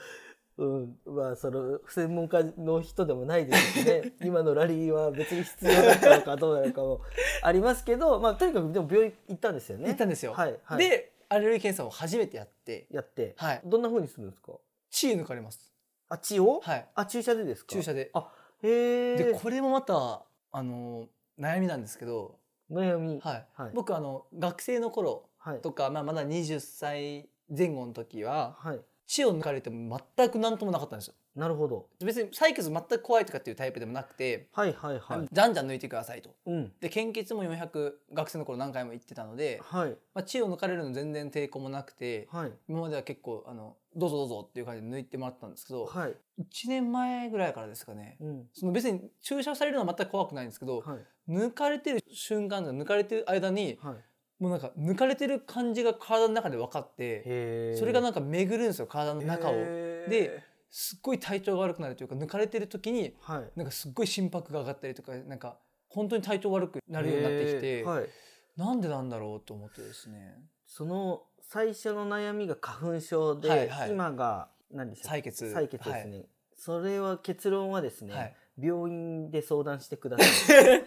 Speaker 3: う、うん、まあその専門家の人でもないです しね今のラリーは別に必要だったのかどうなのかもありますけど、まあ、とにかくでも病院行ったんですよね。
Speaker 4: 行ったんですよ、
Speaker 3: はいはい、
Speaker 4: でアレルギー検査を初めてやって
Speaker 3: やって、
Speaker 4: はい
Speaker 3: どんな風にするんですか
Speaker 4: 血抜かれます
Speaker 3: あ血を、
Speaker 4: はい
Speaker 3: あ注射でですか
Speaker 4: 注射で
Speaker 3: へえ
Speaker 4: でこれもまたあの悩みなんですけど
Speaker 3: 悩みい、
Speaker 4: はい、
Speaker 3: はい
Speaker 4: 僕あの学生の頃
Speaker 3: はい
Speaker 4: とか、まあ、まだ20歳前後の時は
Speaker 3: はい、
Speaker 4: 血を抜かれても全く何ともなかったんですよ
Speaker 3: なるほど
Speaker 4: 別に採血全く怖いとかっていうタイプでもなくて、
Speaker 3: はいはいはい
Speaker 4: じゃんじゃん抜いてくださいと
Speaker 3: うん
Speaker 4: で献血も400学生の頃何回も行ってたので、
Speaker 3: はい
Speaker 4: まあ、血を抜かれるの全然抵抗もなくて
Speaker 3: はい
Speaker 4: 今までは結構あのどうぞどうぞっていう感じで抜いてもらってたんですけど、
Speaker 3: はい
Speaker 4: 1年前ぐらいからですかね
Speaker 3: うん
Speaker 4: その別に注射されるのは全く怖くないんですけど、
Speaker 3: はい
Speaker 4: 抜かれてる瞬間抜かれてる間に
Speaker 3: はい
Speaker 4: もうなんか抜かれてる感じが体の中で分かって
Speaker 3: へ
Speaker 4: それがなんんか巡るんですよ体の中をでですっごい体調が悪くなるというか抜かれてる時に
Speaker 3: はい
Speaker 4: なんかすっごい心拍が上がったりとかなんか本当に体調悪くなるようになってきて、
Speaker 3: えーはい、
Speaker 4: なんでなんだろうと思ってです ね
Speaker 3: その最初の悩みが花粉症で、
Speaker 4: はいはい
Speaker 3: 今が何でしたっ
Speaker 4: 採
Speaker 3: け
Speaker 4: 血
Speaker 3: 採血ですね、それは結論はですね、
Speaker 4: はいはい
Speaker 3: 病院で相談してく ださい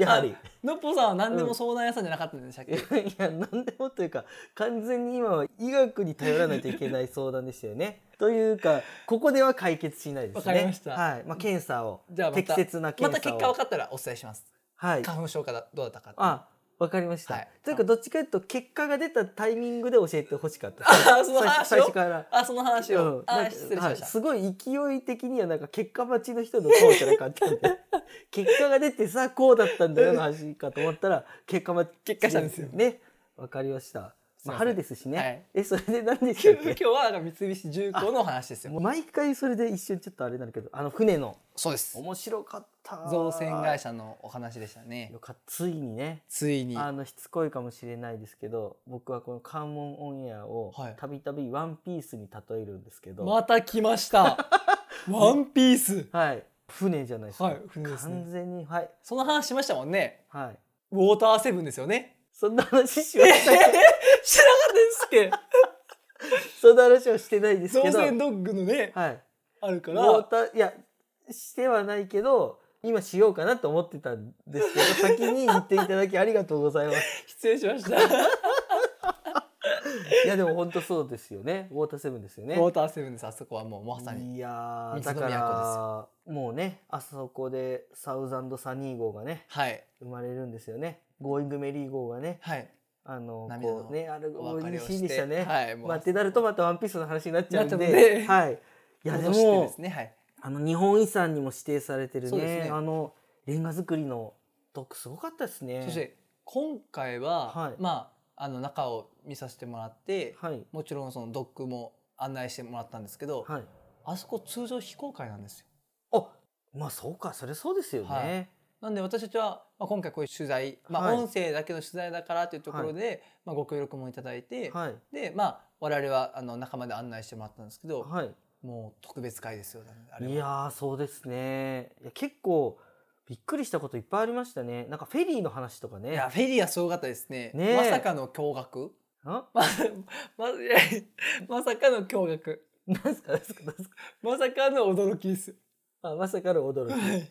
Speaker 3: やはり
Speaker 4: のっぽさんは何でも相談屋さんじゃなかったんでしたっ
Speaker 3: い
Speaker 4: け、
Speaker 3: や いや何でもというか完全に今は医学に頼らないといけない相談でしたよねというかここでは解決しないですね
Speaker 4: わかりました
Speaker 3: はいまあ、検査を
Speaker 4: じゃあまた
Speaker 3: 適切な
Speaker 4: ま
Speaker 3: 検
Speaker 4: た
Speaker 3: 査を
Speaker 4: 結果分かったらお伝えします
Speaker 3: はい
Speaker 4: 花粉症かどうだったかって
Speaker 3: あわかりました、
Speaker 4: はい
Speaker 3: というかどっちかというと結果が出たタイミングで教えてほしかった
Speaker 4: あ その話
Speaker 3: 最
Speaker 4: を
Speaker 3: 初最初から
Speaker 4: あその話を、
Speaker 3: うん
Speaker 4: あ
Speaker 3: なんか
Speaker 4: 失礼しま
Speaker 3: は
Speaker 4: し
Speaker 3: い
Speaker 4: た、
Speaker 3: すごい勢い的にはなんか結果待ちの人のこうじゃなかったん で結果が出てさこうだったんだよの話かと思ったら結果待ち
Speaker 4: 結果したんですよ
Speaker 3: ねわかりました、
Speaker 4: すいません
Speaker 3: まあ、春ですしね、
Speaker 4: はい
Speaker 3: えそれで何でしたっ
Speaker 4: 今
Speaker 3: け
Speaker 4: 日はなんか三菱重工のお話です
Speaker 3: も
Speaker 4: よ
Speaker 3: う毎回それで一瞬ちょっとあれになるけどあの船の
Speaker 4: そうです
Speaker 3: 面白かった
Speaker 4: 造船会社のお話でしたね
Speaker 3: よかったついにね
Speaker 4: ついに
Speaker 3: あのしつこいかもしれないですけど僕はこの関門オンエアを
Speaker 4: はい
Speaker 3: たびたびワンピースに例えるんですけど、
Speaker 4: また来ました ワンピース
Speaker 3: はい船じゃないですか、
Speaker 4: はい船ですね
Speaker 3: 完全にはい
Speaker 4: その話しましたもんね
Speaker 3: はい
Speaker 4: ウォーターセブンですよ ね
Speaker 3: そんな話しましたけど
Speaker 4: 知らなかっ
Speaker 3: そんな話はしてないで
Speaker 4: たですすっけ
Speaker 3: け
Speaker 4: 造
Speaker 3: ど
Speaker 4: 船ドッグのね
Speaker 3: はい
Speaker 4: あるか
Speaker 3: ウ
Speaker 4: ら
Speaker 3: ォーターいやしてはないけど今しようかなと思ってたんで すけど先に言っていただきありがとうございます
Speaker 4: 失礼しま したウ
Speaker 3: いやでも本当そうですよねウォーターセブンですよね
Speaker 4: ォーターセブンですあそこはもうまさに
Speaker 3: いやー
Speaker 4: 水
Speaker 3: だ
Speaker 4: の
Speaker 3: か
Speaker 4: 都です
Speaker 3: らもうねあそこでサウザンドサニー号がね
Speaker 4: はい
Speaker 3: 生まれるんですよねゴーイングメリー号がね
Speaker 4: はい
Speaker 3: あの
Speaker 4: 涙の
Speaker 3: こうねあれ
Speaker 4: お別れ
Speaker 3: 美
Speaker 4: を
Speaker 3: 味しい
Speaker 4: し
Speaker 3: で
Speaker 4: て
Speaker 3: したね、
Speaker 4: はいもう
Speaker 3: まあ、ってなるとまたワンピースの話になっちゃうん
Speaker 4: な
Speaker 3: で
Speaker 4: っちゃうんで
Speaker 3: はいいやで
Speaker 4: 戻してで
Speaker 3: も
Speaker 4: すねはい
Speaker 3: あの日本遺産にも指定されてる
Speaker 4: そう
Speaker 3: ね
Speaker 4: ですね
Speaker 3: あのレンガ作りのドックすごかったですね
Speaker 4: そして今回は、
Speaker 3: はい
Speaker 4: まああの中を見させてもらって、
Speaker 3: はい
Speaker 4: もちろんそのドックも案内してもらったんですけど、
Speaker 3: はい
Speaker 4: あそこ通常非公開なんですよ
Speaker 3: あまあそうかそれそうですよね、
Speaker 4: はいなんで私たちは、まあ、今回こういう取材、ま
Speaker 3: は
Speaker 4: あ、
Speaker 3: い
Speaker 4: 音声だけの取材だからというところで、まあ、ご協力もいただいて、
Speaker 3: はい
Speaker 4: でまあ我々はあの仲間で案内してもらったんですけど、
Speaker 3: はい
Speaker 4: もう特別会ですよねあれはい
Speaker 3: やーそうですねいや結構びっくりしたこといっぱいありましたねなんかフェリーの話とか
Speaker 4: い
Speaker 3: ね
Speaker 4: やフェリーはすごかったですね
Speaker 3: ねえ
Speaker 4: まさかの驚愕
Speaker 3: あ
Speaker 4: まま いやまさかの驚愕
Speaker 3: なんすかなんすかなんすか
Speaker 4: まさかの驚きです
Speaker 3: あまさかの驚き
Speaker 4: はい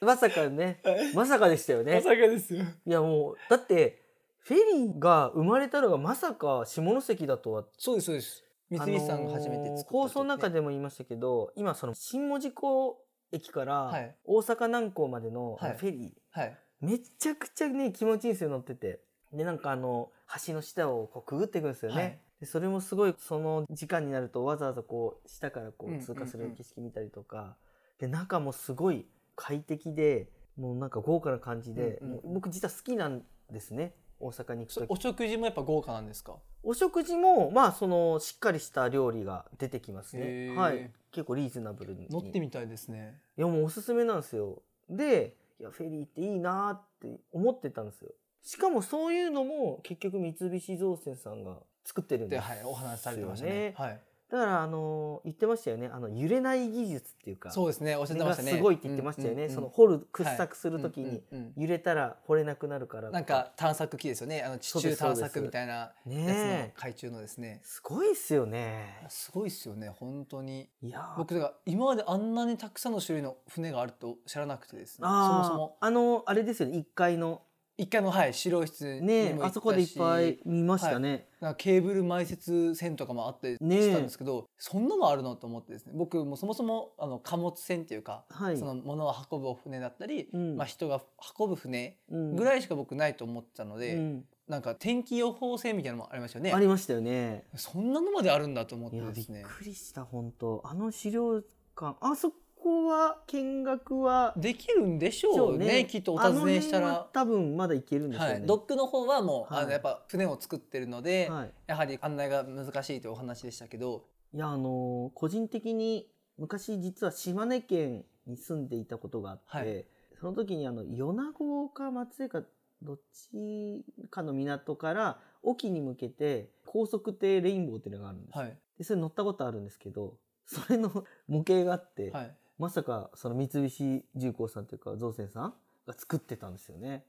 Speaker 3: まさかねまさかでしたよ
Speaker 4: ま
Speaker 3: ね
Speaker 4: さかですよ
Speaker 3: いやもうだってフェリーが生まれたのがまさか下関だとは
Speaker 4: そうですそうです三菱さんが初めて作った時ね、
Speaker 3: あのー放送の中
Speaker 4: で
Speaker 3: でも言いましたけど今その新門司港駅か
Speaker 4: は
Speaker 3: ら
Speaker 4: い
Speaker 3: 大阪南港までの
Speaker 4: はい
Speaker 3: フェリー、
Speaker 4: はい
Speaker 3: めちゃくちゃね気持ちいいんですよ乗っててでなんかあの橋の下をこうくぐっていくんですよね、
Speaker 4: はい
Speaker 3: でそれもすごいその時間になるとわざわざこう下からこ
Speaker 4: うん
Speaker 3: う通過す
Speaker 4: うん
Speaker 3: る
Speaker 4: うん
Speaker 3: 景色見たりとか、で中もすごい快適でもうなんか豪華な感じで、
Speaker 4: うんうん
Speaker 3: もう僕実は好きなんですね大阪に行く
Speaker 4: そ
Speaker 3: 時
Speaker 4: お食事もやっぱ豪華なんですか
Speaker 3: お食事もまあそのしっかりした料理が出てきます
Speaker 4: へ
Speaker 3: ね
Speaker 4: ー
Speaker 3: はい結構リーズナブルに
Speaker 4: 乗ってみたいですね
Speaker 3: いやもうおすすめなんですよでいやフェリーっていいなーって思ってたんですよしかもそういうのも結局三菱造船さんが作ってるん
Speaker 4: で、
Speaker 3: です
Speaker 4: はい、お話しされてましたね
Speaker 3: ですよ
Speaker 4: はい、
Speaker 3: だからあのー言ってましたよねあの揺れない技術っていうか
Speaker 4: そうですねおっしゃってましたね
Speaker 3: がすごいって言ってましたよね、
Speaker 4: うんうんうん
Speaker 3: その掘る掘削するときに
Speaker 4: うんうんうん
Speaker 3: 揺れたら掘れなくなるからと
Speaker 4: なんか探索機ですよねあの地中探
Speaker 3: そうですそ
Speaker 4: 索
Speaker 3: うです
Speaker 4: みたいなやつの
Speaker 3: ねえ
Speaker 4: 海中のですね
Speaker 3: すごいっすよね
Speaker 4: すごいですよね本当に
Speaker 3: いやー
Speaker 4: 僕だから今まであんなにたくさんの種類の船があると知らなくてですねそ
Speaker 3: あ
Speaker 4: も
Speaker 3: ー
Speaker 4: そも
Speaker 3: あのあれですよね1階の
Speaker 4: 一回のはい白い室にも行
Speaker 3: ね
Speaker 4: ったし
Speaker 3: あそこでいっぱい見ましたね、
Speaker 4: なんかケーブル埋設船とかもあったり
Speaker 3: ねえ
Speaker 4: したんですけど、そんなのあるのと思ってですね僕もそもそもあの貨物船っていうか、
Speaker 3: はい
Speaker 4: その物を運ぶお船だったり、
Speaker 3: うん
Speaker 4: まあ、人が運ぶ船
Speaker 3: うん
Speaker 4: ぐらいしか僕ないと思ってたので、
Speaker 3: うん
Speaker 4: なんか天気予報船みたいなのもありましたよね
Speaker 3: ありましたよね
Speaker 4: そんなのまであるんだと思っ
Speaker 3: い
Speaker 4: て
Speaker 3: や
Speaker 4: で
Speaker 3: びっ
Speaker 4: すね
Speaker 3: くりした本当あの資料館あそこは見学は
Speaker 4: できるんでしょうねきっとお尋ねした
Speaker 3: あの辺は
Speaker 4: ら、
Speaker 3: 多分まだ行けるんですよ
Speaker 4: は
Speaker 3: ね、
Speaker 4: い、ドックの方はもう、あ
Speaker 3: は
Speaker 4: の
Speaker 3: い
Speaker 4: やっぱ船を作ってるので、
Speaker 3: はい
Speaker 4: やはり案内が難しいというお話でしたけど
Speaker 3: いやあのー個人的に昔実は島根県に住んでいたことがあって、
Speaker 4: はい
Speaker 3: その時にあの米子か松江かどっちかの港から沖に向けて高速艇レインボーっていうのがあるんです、
Speaker 4: はい
Speaker 3: でそれ乗ったことあるんですけどそれの模型があって、
Speaker 4: はい
Speaker 3: まさかその三菱重工さんというか造船さんが作ってたんですよね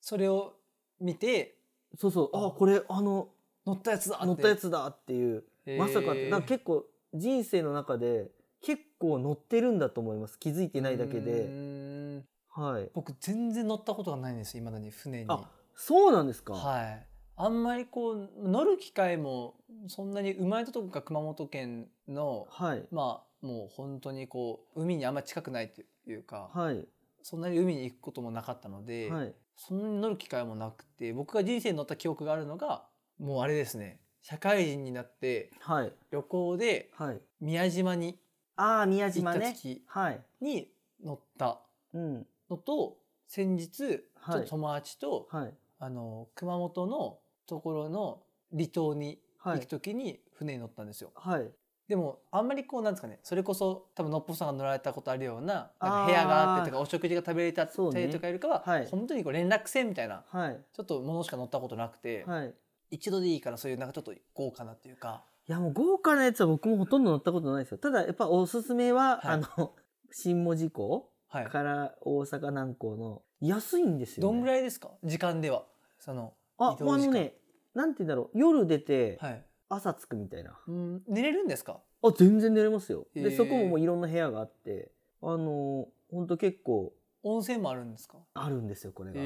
Speaker 4: それを見て
Speaker 3: そうそうあ
Speaker 4: あ
Speaker 3: これあの
Speaker 4: 乗ったやつだって
Speaker 3: 乗ったやつだっていう
Speaker 4: へー
Speaker 3: まさかってなんか結構人生の中で結構乗ってるんだと思います気づいてないだけ
Speaker 4: う
Speaker 3: で
Speaker 4: ーん
Speaker 3: はい
Speaker 4: 僕全然乗ったことがないんですいまだに船に
Speaker 3: あそうなんですか、
Speaker 4: はいあんまりこう乗る機会もそんなに生まれたとこが熊本県の
Speaker 3: はい
Speaker 4: まあもう本当にこう海にあんまり近くないというか、
Speaker 3: はい
Speaker 4: そんなに海に行くこともなかったので、
Speaker 3: はい
Speaker 4: そんなに乗る機会もなくて僕が人生に乗った記憶があるのがもうあれですね社会人になって
Speaker 3: はい
Speaker 4: 旅行で
Speaker 3: はい
Speaker 4: 宮島に
Speaker 3: ああ宮
Speaker 4: 行っ
Speaker 3: 島
Speaker 4: た
Speaker 3: ね
Speaker 4: 月
Speaker 3: はい
Speaker 4: に乗った
Speaker 3: うん
Speaker 4: のと先日ちょっと友達と、
Speaker 3: はい
Speaker 4: あの熊本のところの離島に
Speaker 3: は
Speaker 4: 行く
Speaker 3: い
Speaker 4: 時に船に乗ったんですよ。
Speaker 3: はい
Speaker 4: でもあんまりこうなんですかねそれこそ多分のっぽさんが乗られたことあるようななん
Speaker 3: あー
Speaker 4: か部屋があってとかお食事が食べれたって
Speaker 3: そうね
Speaker 4: とかよりかは、
Speaker 3: はい
Speaker 4: 本当にこう連絡船みたいな
Speaker 3: はい
Speaker 4: ちょっとものしか乗ったことなくて、
Speaker 3: はい
Speaker 4: 一度でいいからそういうなんかちょっと豪華なっていうか
Speaker 3: いやもう豪華なやつは僕もほとんど乗ったことないですよただやっぱおすすめは、
Speaker 4: はい
Speaker 3: あの 新門司港
Speaker 4: はい
Speaker 3: から大阪南港の安いんですよ、
Speaker 4: ど
Speaker 3: ね、
Speaker 4: んぐ
Speaker 3: い
Speaker 4: らいですか時間ではその
Speaker 3: あ
Speaker 4: 移
Speaker 3: もう
Speaker 4: 動
Speaker 3: あ
Speaker 4: 時間
Speaker 3: のねなんて言うんだろう夜出て
Speaker 4: はい
Speaker 3: 朝着くみたいな、
Speaker 4: うん寝れるんですか
Speaker 3: あ全然寝れますよ
Speaker 4: へ
Speaker 3: で
Speaker 4: え
Speaker 3: そこももういろんな部屋があってあのほんと結構
Speaker 4: 温泉もあるんですか
Speaker 3: あるんですよこれが、
Speaker 4: へ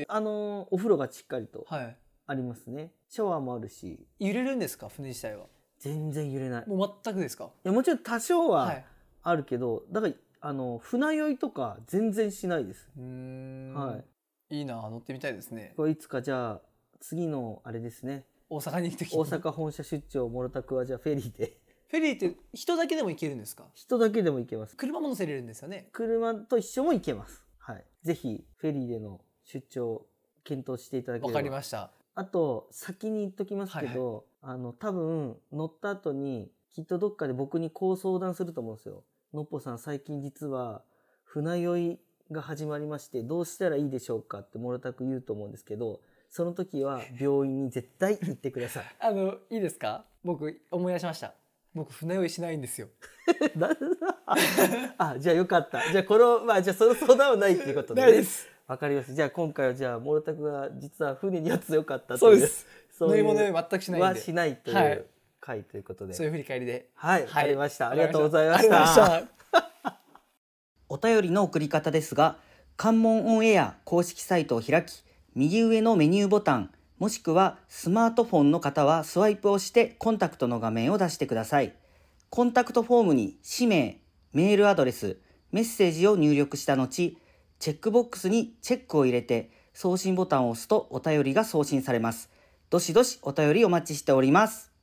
Speaker 4: え
Speaker 3: あのお風呂がしっかりと
Speaker 4: はい
Speaker 3: ありますねシャワーもあるし
Speaker 4: 揺れるんですか船自体は
Speaker 3: 全然揺れないい
Speaker 4: もう全くですか
Speaker 3: やもちろん多少
Speaker 4: は
Speaker 3: はいあるけど、だからあの船酔いとか全然しないです
Speaker 4: うーん
Speaker 3: はい
Speaker 4: いいな乗ってみたいですね
Speaker 3: これいつかじゃあ次のあれですね
Speaker 4: 大阪に行く時に
Speaker 3: 大阪本社出張もろたくはじゃあフェリーで
Speaker 4: フェリーって人だけでも行けるんですか
Speaker 3: 人だけでも行けます
Speaker 4: 車も乗せれるんですよね
Speaker 3: 車と一緒も行けますはいぜひフェリーでの出張検討していただけれ
Speaker 4: わ
Speaker 3: ば
Speaker 4: かりました
Speaker 3: あと先に言っときますけど、あの多分乗った後にきっとどっかで僕にこう相談すると思うんですよのっぽさん最近実は船酔いが始まりましてどうしたらいいでしょうかってもろたく言うと思うんですけどその 時は病院に絶対行ってください
Speaker 4: あのいいですか僕思い出しました僕船酔いし ないんですよ
Speaker 3: なあ、じゃあよかった。じゃあこの、まあじゃあその相談は ないっていうことで、ね。
Speaker 4: す
Speaker 3: わかります。じゃあ今回はじゃあ、モルタクが実は船にやつよかった
Speaker 4: そう
Speaker 3: とい
Speaker 4: で。す
Speaker 3: そう
Speaker 4: 乗
Speaker 3: い
Speaker 4: り
Speaker 3: う
Speaker 4: 物酔い全くしないん
Speaker 3: は
Speaker 4: で
Speaker 3: しないとい
Speaker 4: はいう
Speaker 3: 回ということで。
Speaker 4: そういう振り返りで
Speaker 3: はい、わ、
Speaker 4: はい
Speaker 3: かりました。ありがとうございま
Speaker 4: あ
Speaker 3: し
Speaker 4: りがとうご。
Speaker 3: た
Speaker 4: ざいました
Speaker 1: お便りの送り方ですが、関門オンエア公式サイトを開き、右上のメニューボタン、もしくはスマートフォンの方はスワイプをしてコンタクトの画面を出してください。コンタクトフォームに氏名、メールアドレス、メッセージを入力した後、チェックボックスにチェックを入れて送信ボタンを押すとお便りが送信されます。どしどしお便りお待ちしております。